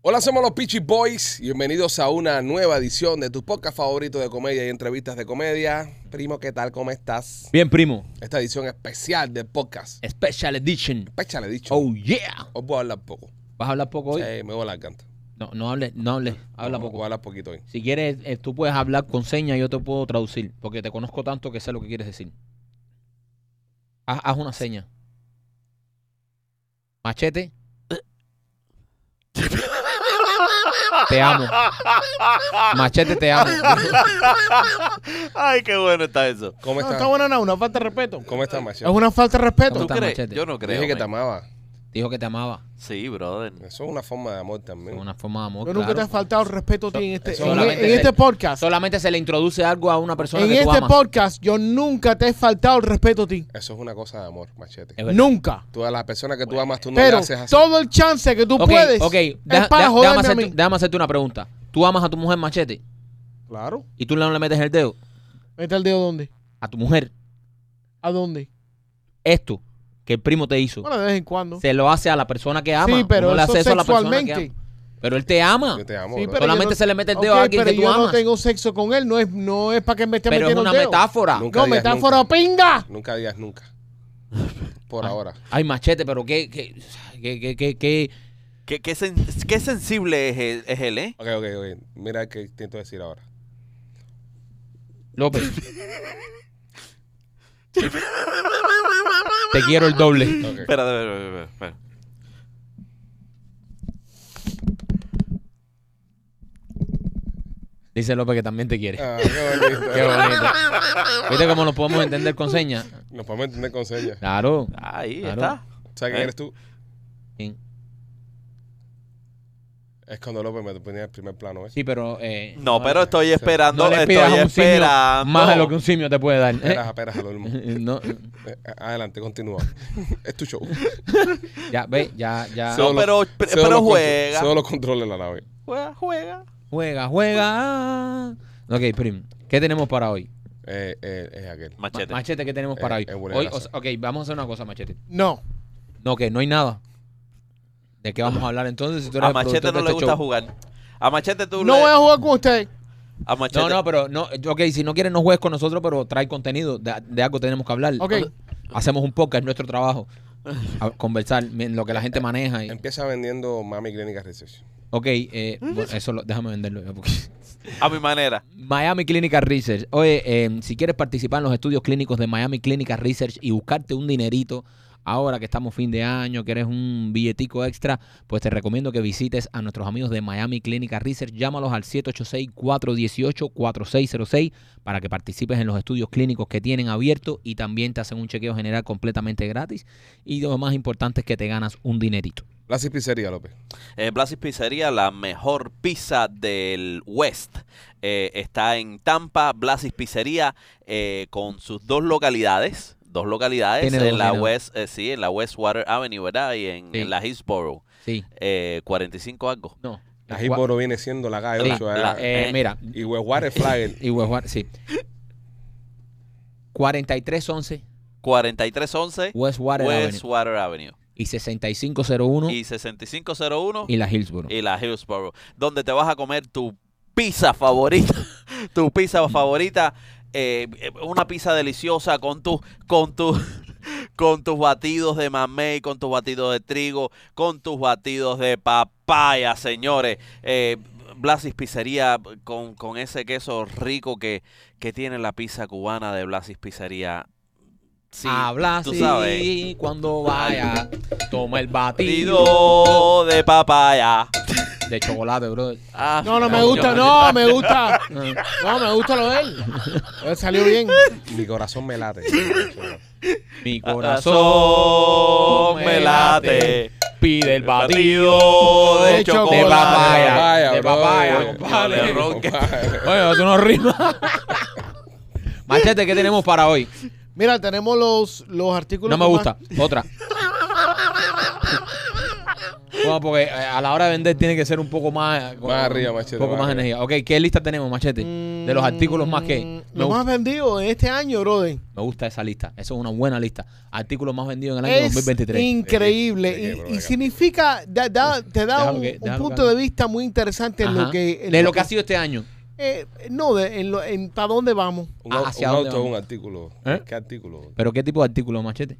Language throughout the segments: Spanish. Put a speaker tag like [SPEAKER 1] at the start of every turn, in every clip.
[SPEAKER 1] Hola, somos los Peachy Boys. Bienvenidos a una nueva edición de tu podcast favorito de comedia y entrevistas de comedia. Primo, ¿qué tal? ¿Cómo estás?
[SPEAKER 2] Bien, primo.
[SPEAKER 1] Esta edición especial del podcast.
[SPEAKER 2] Special Edition.
[SPEAKER 1] Especial, he dicho.
[SPEAKER 2] Oh, yeah.
[SPEAKER 1] Os voy a hablar poco.
[SPEAKER 2] ¿Vas a hablar poco hoy?
[SPEAKER 1] Sí, me voy a la garganta.
[SPEAKER 2] No, no hables, no hables. Habla
[SPEAKER 1] Voy a
[SPEAKER 2] poco.
[SPEAKER 1] hablar poquito hoy.
[SPEAKER 2] Si quieres, eh, tú puedes hablar con señas, yo te puedo traducir, porque te conozco tanto que sé lo que quieres decir. Haz, haz una seña. Machete. Te amo. Machete, te amo.
[SPEAKER 3] Ay, qué bueno está eso.
[SPEAKER 1] ¿Cómo
[SPEAKER 4] No,
[SPEAKER 1] estás?
[SPEAKER 4] está buena, no, una falta de respeto.
[SPEAKER 1] ¿Cómo estás,
[SPEAKER 4] Es
[SPEAKER 1] Machete?
[SPEAKER 4] una falta de
[SPEAKER 2] ¿Cómo
[SPEAKER 4] respeto.
[SPEAKER 3] ¿Tú
[SPEAKER 2] está,
[SPEAKER 3] crees?
[SPEAKER 2] Machete?
[SPEAKER 3] Yo no creo.
[SPEAKER 1] Dije que te
[SPEAKER 3] man.
[SPEAKER 1] amaba.
[SPEAKER 2] Dijo que te amaba.
[SPEAKER 3] Sí, brother.
[SPEAKER 1] Eso es una forma de amor
[SPEAKER 2] Es
[SPEAKER 1] también.
[SPEAKER 2] una forma de amor.
[SPEAKER 4] Yo nunca
[SPEAKER 2] claro.
[SPEAKER 4] te has faltado el respeto a ti en este,
[SPEAKER 2] eso
[SPEAKER 4] en-
[SPEAKER 2] solamente
[SPEAKER 4] en
[SPEAKER 2] es-
[SPEAKER 4] este podcast.
[SPEAKER 2] Solamente se le introduce algo a una persona
[SPEAKER 4] En
[SPEAKER 2] que tú
[SPEAKER 4] este
[SPEAKER 2] amas.
[SPEAKER 4] podcast yo nunca te he faltado el respeto a ti.
[SPEAKER 1] Eso es una cosa de amor, Machete.
[SPEAKER 2] Es verdad.
[SPEAKER 4] Nunca.
[SPEAKER 1] Tú a las personas que tú amas, tú no le
[SPEAKER 4] Pero
[SPEAKER 1] haces así.
[SPEAKER 4] todo el chance que tú
[SPEAKER 2] Ok,
[SPEAKER 4] puedes
[SPEAKER 2] ok,
[SPEAKER 4] es
[SPEAKER 2] deja- deja-
[SPEAKER 4] para
[SPEAKER 2] déjame,
[SPEAKER 4] joderme a
[SPEAKER 2] hacerte,
[SPEAKER 4] mí.
[SPEAKER 2] déjame hacerte una pregunta. ¿Tú amas a tu mujer machete
[SPEAKER 4] Claro.
[SPEAKER 2] y tú no le metes el dedo
[SPEAKER 4] ¿Mete el dedo dónde?
[SPEAKER 2] a tu mujer?
[SPEAKER 4] ¿A dónde?
[SPEAKER 2] Esto que el primo te hizo,
[SPEAKER 4] Bueno, de vez en cuando.
[SPEAKER 2] se lo hace a la persona que ama.
[SPEAKER 4] sí, pero
[SPEAKER 2] no le
[SPEAKER 4] eso
[SPEAKER 2] hace eso a la persona que
[SPEAKER 4] sexualmente.
[SPEAKER 2] ama. Pero él te ama.
[SPEAKER 1] Yo te amo.
[SPEAKER 4] Sí,
[SPEAKER 1] bro.
[SPEAKER 4] pero yo
[SPEAKER 2] Solamente
[SPEAKER 4] no-
[SPEAKER 2] se le mete el
[SPEAKER 4] Ok,
[SPEAKER 2] dedo a alguien
[SPEAKER 4] pero
[SPEAKER 2] que tú
[SPEAKER 4] yo no
[SPEAKER 2] amas.
[SPEAKER 4] tengo sexo con él. No es, no es para que me esté
[SPEAKER 2] pero es
[SPEAKER 4] metiendo
[SPEAKER 2] una
[SPEAKER 4] el dedo.
[SPEAKER 2] metáfora.
[SPEAKER 1] Nunca
[SPEAKER 4] No,
[SPEAKER 1] digas
[SPEAKER 4] metáfora
[SPEAKER 1] nunca.
[SPEAKER 4] pinga.
[SPEAKER 1] Nunca digas nunca. Por ahora.
[SPEAKER 2] Ay, machete, pero qué, qué, qué, qué, qué- qué-
[SPEAKER 3] ¿Qué, qué, sen- qué sensible es, él- es él, ¿eh?
[SPEAKER 1] Ok, ok, ok. Mira qué intento decir ahora.
[SPEAKER 2] López. te quiero el doble.
[SPEAKER 1] Ok.
[SPEAKER 3] Espera, espera, espera, espera.
[SPEAKER 2] Dice López que también te quiere.
[SPEAKER 1] Ah, qué bonito.
[SPEAKER 2] Qué bonito. ¿Viste cómo nos podemos entender con señas?
[SPEAKER 1] Nos podemos entender con señas.
[SPEAKER 2] Claro.
[SPEAKER 3] Ahí
[SPEAKER 2] Claro.
[SPEAKER 3] está.
[SPEAKER 1] ¿Sabes
[SPEAKER 3] ¿Eh?
[SPEAKER 1] quién eres tú?
[SPEAKER 2] Sí.
[SPEAKER 1] Es cuando López me ponía en primer plano. ¿eh?
[SPEAKER 2] Sí, pero. eh,
[SPEAKER 3] No, pero estoy
[SPEAKER 1] sí.
[SPEAKER 3] esperando,
[SPEAKER 2] no le
[SPEAKER 3] estoy
[SPEAKER 2] pidas a un simio
[SPEAKER 3] esperando.
[SPEAKER 2] más de lo que un simio te puede dar.
[SPEAKER 1] Peras a peras al olmo.
[SPEAKER 2] Eh, no,
[SPEAKER 1] Eh, Adelante, continúa. es tu show.
[SPEAKER 2] ya, ve, ya, ya.
[SPEAKER 3] No,
[SPEAKER 1] Solo-
[SPEAKER 3] pero, pero
[SPEAKER 1] Solo los contro-
[SPEAKER 3] juega.
[SPEAKER 1] Solo controla la nave.
[SPEAKER 3] Juega, juega.
[SPEAKER 2] Juega, juega. Ok, Prim, ¿qué tenemos para hoy?
[SPEAKER 1] Eh, eh, es aquel.
[SPEAKER 2] Ma-
[SPEAKER 3] Machete.
[SPEAKER 2] machete, ¿qué tenemos
[SPEAKER 1] Eh,
[SPEAKER 2] para hoy?
[SPEAKER 1] eh, huele
[SPEAKER 2] hoy
[SPEAKER 1] grasa.
[SPEAKER 2] o sea, ok, vamos a hacer una cosa, Machete.
[SPEAKER 4] No.
[SPEAKER 2] No, que no hay nada. ¿De qué vamos a hablar entonces? Si tú eres
[SPEAKER 3] a
[SPEAKER 2] el
[SPEAKER 3] Machete
[SPEAKER 2] productor
[SPEAKER 3] no
[SPEAKER 2] de
[SPEAKER 3] le
[SPEAKER 2] este
[SPEAKER 3] gusta
[SPEAKER 2] show?
[SPEAKER 3] jugar. A Machete tú
[SPEAKER 4] No
[SPEAKER 3] le...
[SPEAKER 4] voy a jugar con usted.
[SPEAKER 3] A Machete.
[SPEAKER 2] No, no, pero no, ok, si no quieres no juegues con nosotros, pero trae contenido, de, de algo tenemos que hablar.
[SPEAKER 4] Ok.
[SPEAKER 2] Hacemos un podcast, es nuestro trabajo, a conversar en lo que la gente maneja. y-
[SPEAKER 1] Empieza vendiendo Mami Clínica Research.
[SPEAKER 2] ok, eh, bueno, eso lo- déjame venderlo. ya, porque-
[SPEAKER 3] A mi manera.
[SPEAKER 2] Miami Clinical Research. Oye, eh, si quieres participar en los estudios clínicos de Miami Clinical Research y buscarte un dinerito, ahora que estamos fin de año, quieres un billetico extra, pues te recomiendo que visites a nuestros amigos de Miami Clinical Research. Llámalos al 786-418-4606 para que participes en los estudios clínicos que tienen abiertos y también te hacen un chequeo general completamente gratis. Y lo más importante es que te ganas un dinerito.
[SPEAKER 1] La pizzería, López.
[SPEAKER 3] Eh, Blasis Pizzería, la mejor pizza del West. Eh, está en Tampa, Blasis Pizzería, eh, con sus dos localidades. Dos localidades
[SPEAKER 2] Tiene
[SPEAKER 3] en
[SPEAKER 2] dos,
[SPEAKER 3] la
[SPEAKER 2] tiene dos.
[SPEAKER 3] West, eh, sí, en la Westwater Avenue, ¿verdad? Y en,
[SPEAKER 2] Sí.
[SPEAKER 3] en la Hillsborough,
[SPEAKER 2] Sí.
[SPEAKER 3] eh, 45 algo.
[SPEAKER 2] No.
[SPEAKER 1] La Hillboro viene siendo la calle
[SPEAKER 2] Sí,
[SPEAKER 1] 8.
[SPEAKER 3] la-
[SPEAKER 1] eh,
[SPEAKER 2] Eh, mira,
[SPEAKER 1] y Westwater Flagel.
[SPEAKER 2] Y Westwater, sí. 4311
[SPEAKER 3] 4311
[SPEAKER 2] Westwater Avenue
[SPEAKER 3] Westwater Avenue.
[SPEAKER 2] y 6501
[SPEAKER 3] Y Eh,
[SPEAKER 2] y,
[SPEAKER 3] 6501
[SPEAKER 2] la Hillsboro.
[SPEAKER 3] y la Hillsborough, donde te vas a comer tu pizza favorita, tu pizza favorita, eh, eh, una pizza deliciosa con tus con tus con tus batidos de mamey, con tus batidos de trigo, con tus batidos de papaya, señores. Eh, Blasis Pizzería con, con ese queso rico que, que tiene la pizza cubana de Blasis Pizzería. Sí,
[SPEAKER 2] Habla
[SPEAKER 3] tú
[SPEAKER 2] así
[SPEAKER 3] sabes.
[SPEAKER 2] cuando vaya. Toma el batido
[SPEAKER 3] Batido de papaya.
[SPEAKER 2] de chocolate, bro.
[SPEAKER 3] Ah,
[SPEAKER 4] No, no me
[SPEAKER 3] coño.
[SPEAKER 4] gusta, no, me gusta. No, me gusta lo de él. Él Eh, salió bien.
[SPEAKER 1] Mi corazón me late.
[SPEAKER 2] Mi
[SPEAKER 3] corazón
[SPEAKER 2] corazón
[SPEAKER 3] Ah, me late.
[SPEAKER 2] Pide el batido
[SPEAKER 3] de
[SPEAKER 2] de
[SPEAKER 4] chocolate.
[SPEAKER 2] papaya.
[SPEAKER 1] De
[SPEAKER 2] De
[SPEAKER 1] papaya,
[SPEAKER 2] papaya,
[SPEAKER 3] compadre.
[SPEAKER 2] compadre.
[SPEAKER 3] Ron, que-
[SPEAKER 2] Oye, eso no rima. Machete, ¿qué tenemos para hoy?
[SPEAKER 4] Mira, tenemos los, los
[SPEAKER 2] No
[SPEAKER 4] artículos.
[SPEAKER 2] me
[SPEAKER 4] que
[SPEAKER 2] gusta. Otra. No, porque eh, a la hora de vender tiene que ser un poco más. eh,
[SPEAKER 1] Más arriba, Machete,
[SPEAKER 2] Un poco
[SPEAKER 1] más
[SPEAKER 2] más,
[SPEAKER 1] arriba.
[SPEAKER 2] energía. Ok, ¿qué lista tenemos, Machete? De
[SPEAKER 4] Mm,
[SPEAKER 2] los artículos más que. Me,
[SPEAKER 4] Lo
[SPEAKER 2] gusta-
[SPEAKER 4] más vendido en este año, brother.
[SPEAKER 2] me gusta esa lista. Eso es una buena lista. Artículos más vendidos en el año
[SPEAKER 4] Es
[SPEAKER 2] 2023.
[SPEAKER 1] ¿De qué,
[SPEAKER 4] increíble.
[SPEAKER 1] bro?
[SPEAKER 4] Y- Y,
[SPEAKER 1] Venga.
[SPEAKER 4] significa, da- da- te da
[SPEAKER 2] Déjalo
[SPEAKER 4] un,
[SPEAKER 2] que-
[SPEAKER 4] un
[SPEAKER 2] déjalo
[SPEAKER 4] punto
[SPEAKER 2] que-
[SPEAKER 4] de vista muy interesante en
[SPEAKER 2] Ajá.
[SPEAKER 4] lo que. en
[SPEAKER 2] de lo que
[SPEAKER 4] que-
[SPEAKER 2] ha sido este año.
[SPEAKER 4] eh, no, de- en, lo- en para dónde vamos.
[SPEAKER 1] Un,
[SPEAKER 2] Ah,
[SPEAKER 1] au-
[SPEAKER 2] ¿hacia
[SPEAKER 1] un
[SPEAKER 2] dónde
[SPEAKER 1] auto,
[SPEAKER 2] vamos?
[SPEAKER 1] un artículo.
[SPEAKER 2] ¿Eh?
[SPEAKER 1] ¿Qué artículo?
[SPEAKER 2] ¿Pero qué tipo de artículo, Machete?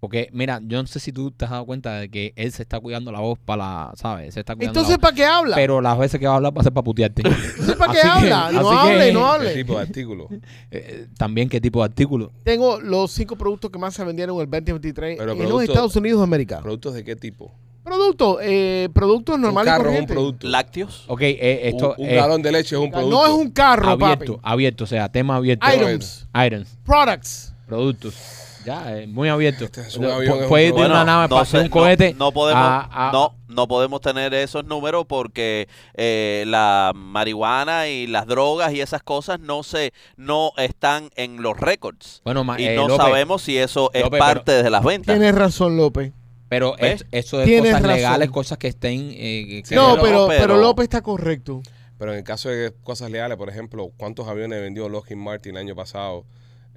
[SPEAKER 2] Porque, mira, yo no sé si tú te has dado cuenta de que él se está cuidando la voz para la, ¿sabes? Se está cuidando
[SPEAKER 4] Entonces,
[SPEAKER 2] la voz.
[SPEAKER 4] ¿para qué habla?
[SPEAKER 2] Pero las veces que va a hablar va a ser para putearte.
[SPEAKER 4] Entonces, ¿para qué
[SPEAKER 2] así que-
[SPEAKER 4] habla? no
[SPEAKER 2] así que-
[SPEAKER 4] hable, no
[SPEAKER 1] ¿Qué
[SPEAKER 4] hable.
[SPEAKER 1] tipo de artículo?
[SPEAKER 2] Eh, También qué tipo de artículo.
[SPEAKER 4] Tengo los cinco productos que más se vendieron en el 2023
[SPEAKER 1] Pero
[SPEAKER 4] en
[SPEAKER 1] producto-
[SPEAKER 4] los Estados Unidos de América.
[SPEAKER 1] ¿Productos de qué tipo?
[SPEAKER 4] Productos, eh, productos
[SPEAKER 1] Un
[SPEAKER 4] normales y
[SPEAKER 1] carro es un
[SPEAKER 4] corrientes.
[SPEAKER 1] producto.
[SPEAKER 3] Lácteos.
[SPEAKER 2] Ok, eh, esto
[SPEAKER 1] un, un
[SPEAKER 2] es
[SPEAKER 1] galón de leche es un producto.
[SPEAKER 4] No es un carro,
[SPEAKER 2] abierto,
[SPEAKER 4] papi.
[SPEAKER 2] abierto, o sea, tema abierto.
[SPEAKER 4] Items,
[SPEAKER 2] Items,
[SPEAKER 4] products.
[SPEAKER 2] productos. Ya, eh, muy abierto.
[SPEAKER 1] Este es un
[SPEAKER 2] Lo-
[SPEAKER 1] avión,
[SPEAKER 2] pu-
[SPEAKER 1] es un
[SPEAKER 2] puede ir de
[SPEAKER 1] producto.
[SPEAKER 2] una nave para
[SPEAKER 3] sé,
[SPEAKER 2] hacer un cohete.
[SPEAKER 3] No, podemos,
[SPEAKER 2] a- a-
[SPEAKER 3] no, no podemos tener esos números porque eh, la marihuana y las drogas y esas cosas no se, no están en los récords.
[SPEAKER 2] Bueno, ma-
[SPEAKER 3] Y
[SPEAKER 2] eh,
[SPEAKER 3] no
[SPEAKER 2] López,
[SPEAKER 3] sabemos si eso es
[SPEAKER 2] López,
[SPEAKER 3] parte de las ventas.
[SPEAKER 4] Tienes razón, López.
[SPEAKER 2] Pero
[SPEAKER 3] ¿Ves?
[SPEAKER 2] es- eso es
[SPEAKER 4] Tienes
[SPEAKER 2] cosas
[SPEAKER 4] razón.
[SPEAKER 2] legales, cosas que estén. eh, que-
[SPEAKER 4] no,
[SPEAKER 3] pero-
[SPEAKER 4] pero, pero,
[SPEAKER 3] pero-
[SPEAKER 4] López está correcto.
[SPEAKER 1] Pero en el caso de cosas legales, por ejemplo, ¿cuántos aviones vendió Lockheed Martin el año pasado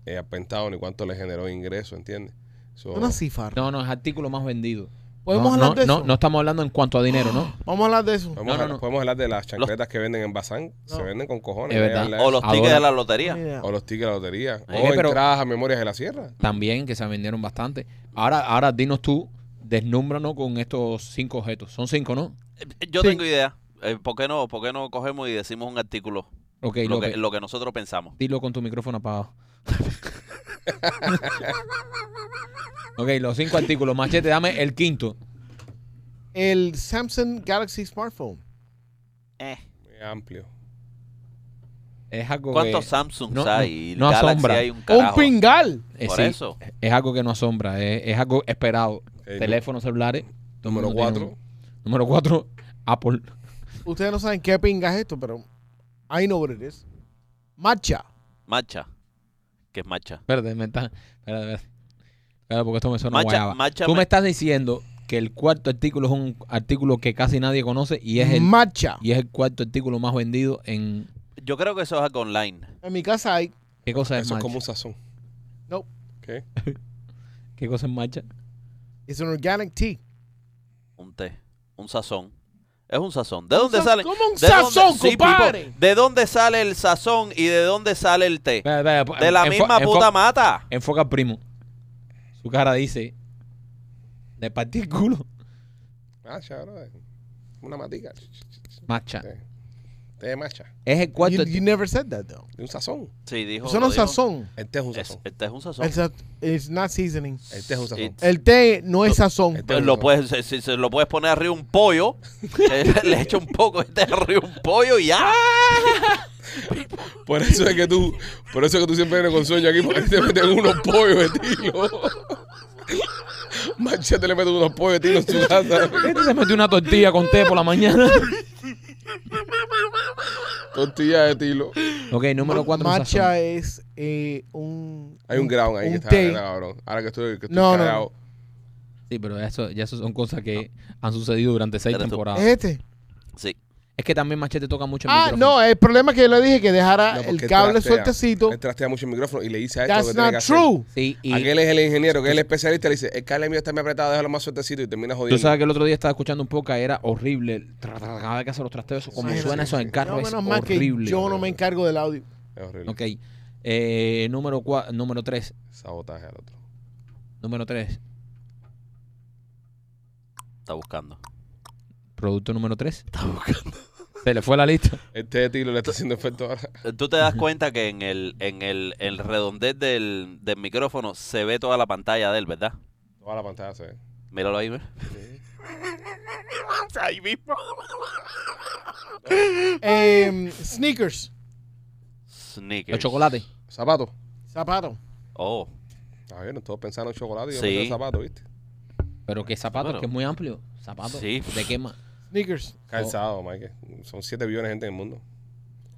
[SPEAKER 1] eh, a Pentagon y cuánto le generó ingreso, ¿entiendes? So,
[SPEAKER 3] Oh.
[SPEAKER 4] Una cifra.
[SPEAKER 2] No, no, es artículo más vendido.
[SPEAKER 4] ¿Podemos
[SPEAKER 2] no,
[SPEAKER 4] hablar
[SPEAKER 2] no,
[SPEAKER 4] de eso?
[SPEAKER 2] No, no estamos hablando en cuanto a dinero, ¿no?
[SPEAKER 4] Vamos a hablar de eso.
[SPEAKER 1] podemos
[SPEAKER 2] no, no,
[SPEAKER 1] hablar-
[SPEAKER 2] no.
[SPEAKER 1] Podemos hablar de las chancletas que venden en Bazán. Se
[SPEAKER 4] No.
[SPEAKER 1] venden con cojones.
[SPEAKER 2] Es
[SPEAKER 1] hay que
[SPEAKER 2] verdad.
[SPEAKER 1] hablar de
[SPEAKER 3] O los
[SPEAKER 1] eso.
[SPEAKER 3] tickets
[SPEAKER 2] Adora.
[SPEAKER 3] de la lotería.
[SPEAKER 4] Mira.
[SPEAKER 1] o los tickets de la lotería.
[SPEAKER 2] Oye,
[SPEAKER 1] o
[SPEAKER 2] pero-
[SPEAKER 1] entradas a Memorias de la Sierra.
[SPEAKER 2] También que se vendieron bastante. Ahora, ahora dinos tú, desnúmbranos con estos cinco objetos. Son cinco, ¿no?
[SPEAKER 3] Eh, Yo
[SPEAKER 4] Sí.
[SPEAKER 3] tengo idea. Eh, ¿por, qué no, ¿Por qué no cogemos y decimos un artículo?
[SPEAKER 2] Ok,
[SPEAKER 3] Lo
[SPEAKER 2] López,
[SPEAKER 3] que, lo que nosotros pensamos.
[SPEAKER 2] dilo con tu micrófono apagado. ok, los cinco artículos. Machete, dame el quinto.
[SPEAKER 4] El Samsung Galaxy Smartphone.
[SPEAKER 3] Eh,
[SPEAKER 1] Muy amplio.
[SPEAKER 2] Es algo
[SPEAKER 3] ¿Cuántos
[SPEAKER 2] que,
[SPEAKER 3] Samsungs
[SPEAKER 2] no- no-
[SPEAKER 3] hay?
[SPEAKER 2] no
[SPEAKER 3] Galaxy
[SPEAKER 2] asombra.
[SPEAKER 3] hay un carajo.
[SPEAKER 4] Un pingal.
[SPEAKER 2] eh,
[SPEAKER 3] Por
[SPEAKER 2] sí,
[SPEAKER 3] eso.
[SPEAKER 2] es algo que no asombra. Es, es algo esperado.
[SPEAKER 1] Eh,
[SPEAKER 2] Teléfonos celulares. todo el
[SPEAKER 1] Número
[SPEAKER 2] mundo tiene
[SPEAKER 1] 4.
[SPEAKER 2] uno. Número cuatro, Apple.
[SPEAKER 4] Ustedes no saben qué pinga es esto, pero I know what it is. Matcha.
[SPEAKER 3] Macha. ¿Qué es macha?
[SPEAKER 2] Espérate, me está. Espérate, espérate. Espérate, porque esto me suena a
[SPEAKER 3] Macha-
[SPEAKER 2] guayaba.
[SPEAKER 3] macha
[SPEAKER 2] Tú
[SPEAKER 3] me-
[SPEAKER 2] me estás diciendo que el cuarto artículo es un artículo que casi nadie conoce y es el,
[SPEAKER 4] Matcha.
[SPEAKER 2] y es el cuarto artículo más vendido en.
[SPEAKER 3] Yo creo que eso es algo online.
[SPEAKER 4] En mi casa hay.
[SPEAKER 2] ¿Qué cosa
[SPEAKER 1] Eso
[SPEAKER 2] es
[SPEAKER 1] es
[SPEAKER 2] marcha?
[SPEAKER 1] como un sazón.
[SPEAKER 4] No.
[SPEAKER 1] ¿Qué?
[SPEAKER 2] ¿Qué cosa es marcha?
[SPEAKER 4] Es un organic tea.
[SPEAKER 3] Un té. Un sazón. Es un sazón. ¿De dónde sale?
[SPEAKER 4] ¿Cómo un
[SPEAKER 3] ¿De dónde-
[SPEAKER 4] sazón,
[SPEAKER 3] Sí, Pipo,
[SPEAKER 4] compadre?
[SPEAKER 3] ¿De dónde sale el sazón y de dónde sale el té?
[SPEAKER 2] Espérate, espérate,
[SPEAKER 3] De la
[SPEAKER 2] enfo-
[SPEAKER 3] misma
[SPEAKER 2] enfo-
[SPEAKER 3] puta mata.
[SPEAKER 2] Enfoca al primo. Su cara dice. De partir culo.
[SPEAKER 1] Ah, chaval. Una matica.
[SPEAKER 2] Macha.
[SPEAKER 1] Té de macha.
[SPEAKER 2] Es el cuarto.
[SPEAKER 4] You, you never said that, though.
[SPEAKER 1] De un sazón.
[SPEAKER 3] Sí, dijo.
[SPEAKER 4] Eso
[SPEAKER 3] lo
[SPEAKER 4] no es
[SPEAKER 3] dijo.
[SPEAKER 4] sazón.
[SPEAKER 1] El té Este es un
[SPEAKER 3] Es-
[SPEAKER 1] sazón.
[SPEAKER 3] el té es un sazón.
[SPEAKER 4] It's, a- it's not seasoning.
[SPEAKER 1] El té es un sazón.
[SPEAKER 3] It's-
[SPEAKER 4] El té no es
[SPEAKER 1] El
[SPEAKER 4] sazón.
[SPEAKER 1] té es
[SPEAKER 3] Pues
[SPEAKER 1] un
[SPEAKER 3] lo
[SPEAKER 1] sazón.
[SPEAKER 3] puedes, si, si- si lo puedes poner arriba un pollo, eh, le echa un poco de té arriba un pollo y ya.
[SPEAKER 1] Por eso es que tú, por eso es que tú siempre vienes con sueño aquí, porque a ti te meten unos pollos de tilo. Machete le meten unos pollos de tilo en su casa.
[SPEAKER 2] Este se metió una tortilla con té por la mañana.
[SPEAKER 1] Tortilla de tilo.
[SPEAKER 2] ok, número cuatro. un sazón.
[SPEAKER 4] Matcha es eh, un.
[SPEAKER 1] Hay un ground ahí que
[SPEAKER 4] un
[SPEAKER 1] está
[SPEAKER 4] té.
[SPEAKER 1] cabrón. Ahora que estoy, que estoy
[SPEAKER 4] No, no,
[SPEAKER 1] cagado.
[SPEAKER 2] Sí, pero eso, ya eso son cosas que han sucedido durante seis
[SPEAKER 3] Eres tú.
[SPEAKER 2] temporadas.
[SPEAKER 4] ¿Es este?
[SPEAKER 3] Sí.
[SPEAKER 2] Es que también Machete toca mucho el
[SPEAKER 4] Ah,
[SPEAKER 2] micrófono.
[SPEAKER 4] no, el problema es que yo le dije que dejara
[SPEAKER 1] No, porque
[SPEAKER 4] Ah, el cable
[SPEAKER 1] trastea.
[SPEAKER 4] sueltecito.
[SPEAKER 1] Él trastea mucho el micrófono y le dice a esto
[SPEAKER 4] That's
[SPEAKER 1] que tiene
[SPEAKER 4] not
[SPEAKER 1] que
[SPEAKER 4] true.
[SPEAKER 2] Sí, y
[SPEAKER 1] hacer. Aquel es el ingeniero, que es el especialista, le dice, el cable mío está muy apretado, déjalo más sueltecito y termina jodiendo.
[SPEAKER 2] tú sabes que el otro día estaba escuchando un poco era horrible. Tra- tra- tra- Cada vez que hace los trasteos, eso, como
[SPEAKER 4] Sí,
[SPEAKER 2] suena
[SPEAKER 1] sí,
[SPEAKER 2] eso en el
[SPEAKER 1] sí.
[SPEAKER 2] carro,
[SPEAKER 4] No,
[SPEAKER 2] es
[SPEAKER 4] menos mal que
[SPEAKER 2] horrible.
[SPEAKER 4] yo no me encargo del audio.
[SPEAKER 1] Es horrible.
[SPEAKER 2] Ok. Eh, número, cua- número tres.
[SPEAKER 1] Sabotaje al otro.
[SPEAKER 2] Número tres.
[SPEAKER 3] Está buscando.
[SPEAKER 2] Producto número tres. Se le fue la lista.
[SPEAKER 1] Este de tilo le está haciendo efecto ahora.
[SPEAKER 3] Tú te das cuenta que en el, en el, el redondez del, del micrófono se ve toda la pantalla de él, ¿verdad?
[SPEAKER 1] Toda la pantalla se ve.
[SPEAKER 3] Míralo ahí, ¿ves? Ahí mismo.
[SPEAKER 4] Em, sneakers,
[SPEAKER 3] Sneakers.
[SPEAKER 2] Los chocolates.
[SPEAKER 1] Zapatos.
[SPEAKER 4] zapato.
[SPEAKER 3] Oh,
[SPEAKER 1] Ah, bien, todos pensaron en chocolate y yo
[SPEAKER 3] Sí. Oh.
[SPEAKER 1] pensé en zapatos, ¿viste?
[SPEAKER 2] Pero que zapatos,
[SPEAKER 3] Bueno.
[SPEAKER 2] que es muy amplio. Zapatos.
[SPEAKER 3] Sí.
[SPEAKER 2] ¿De qué más?
[SPEAKER 4] Sneakers.
[SPEAKER 1] Calzado, Mike. Son 7 billones de gente en el mundo.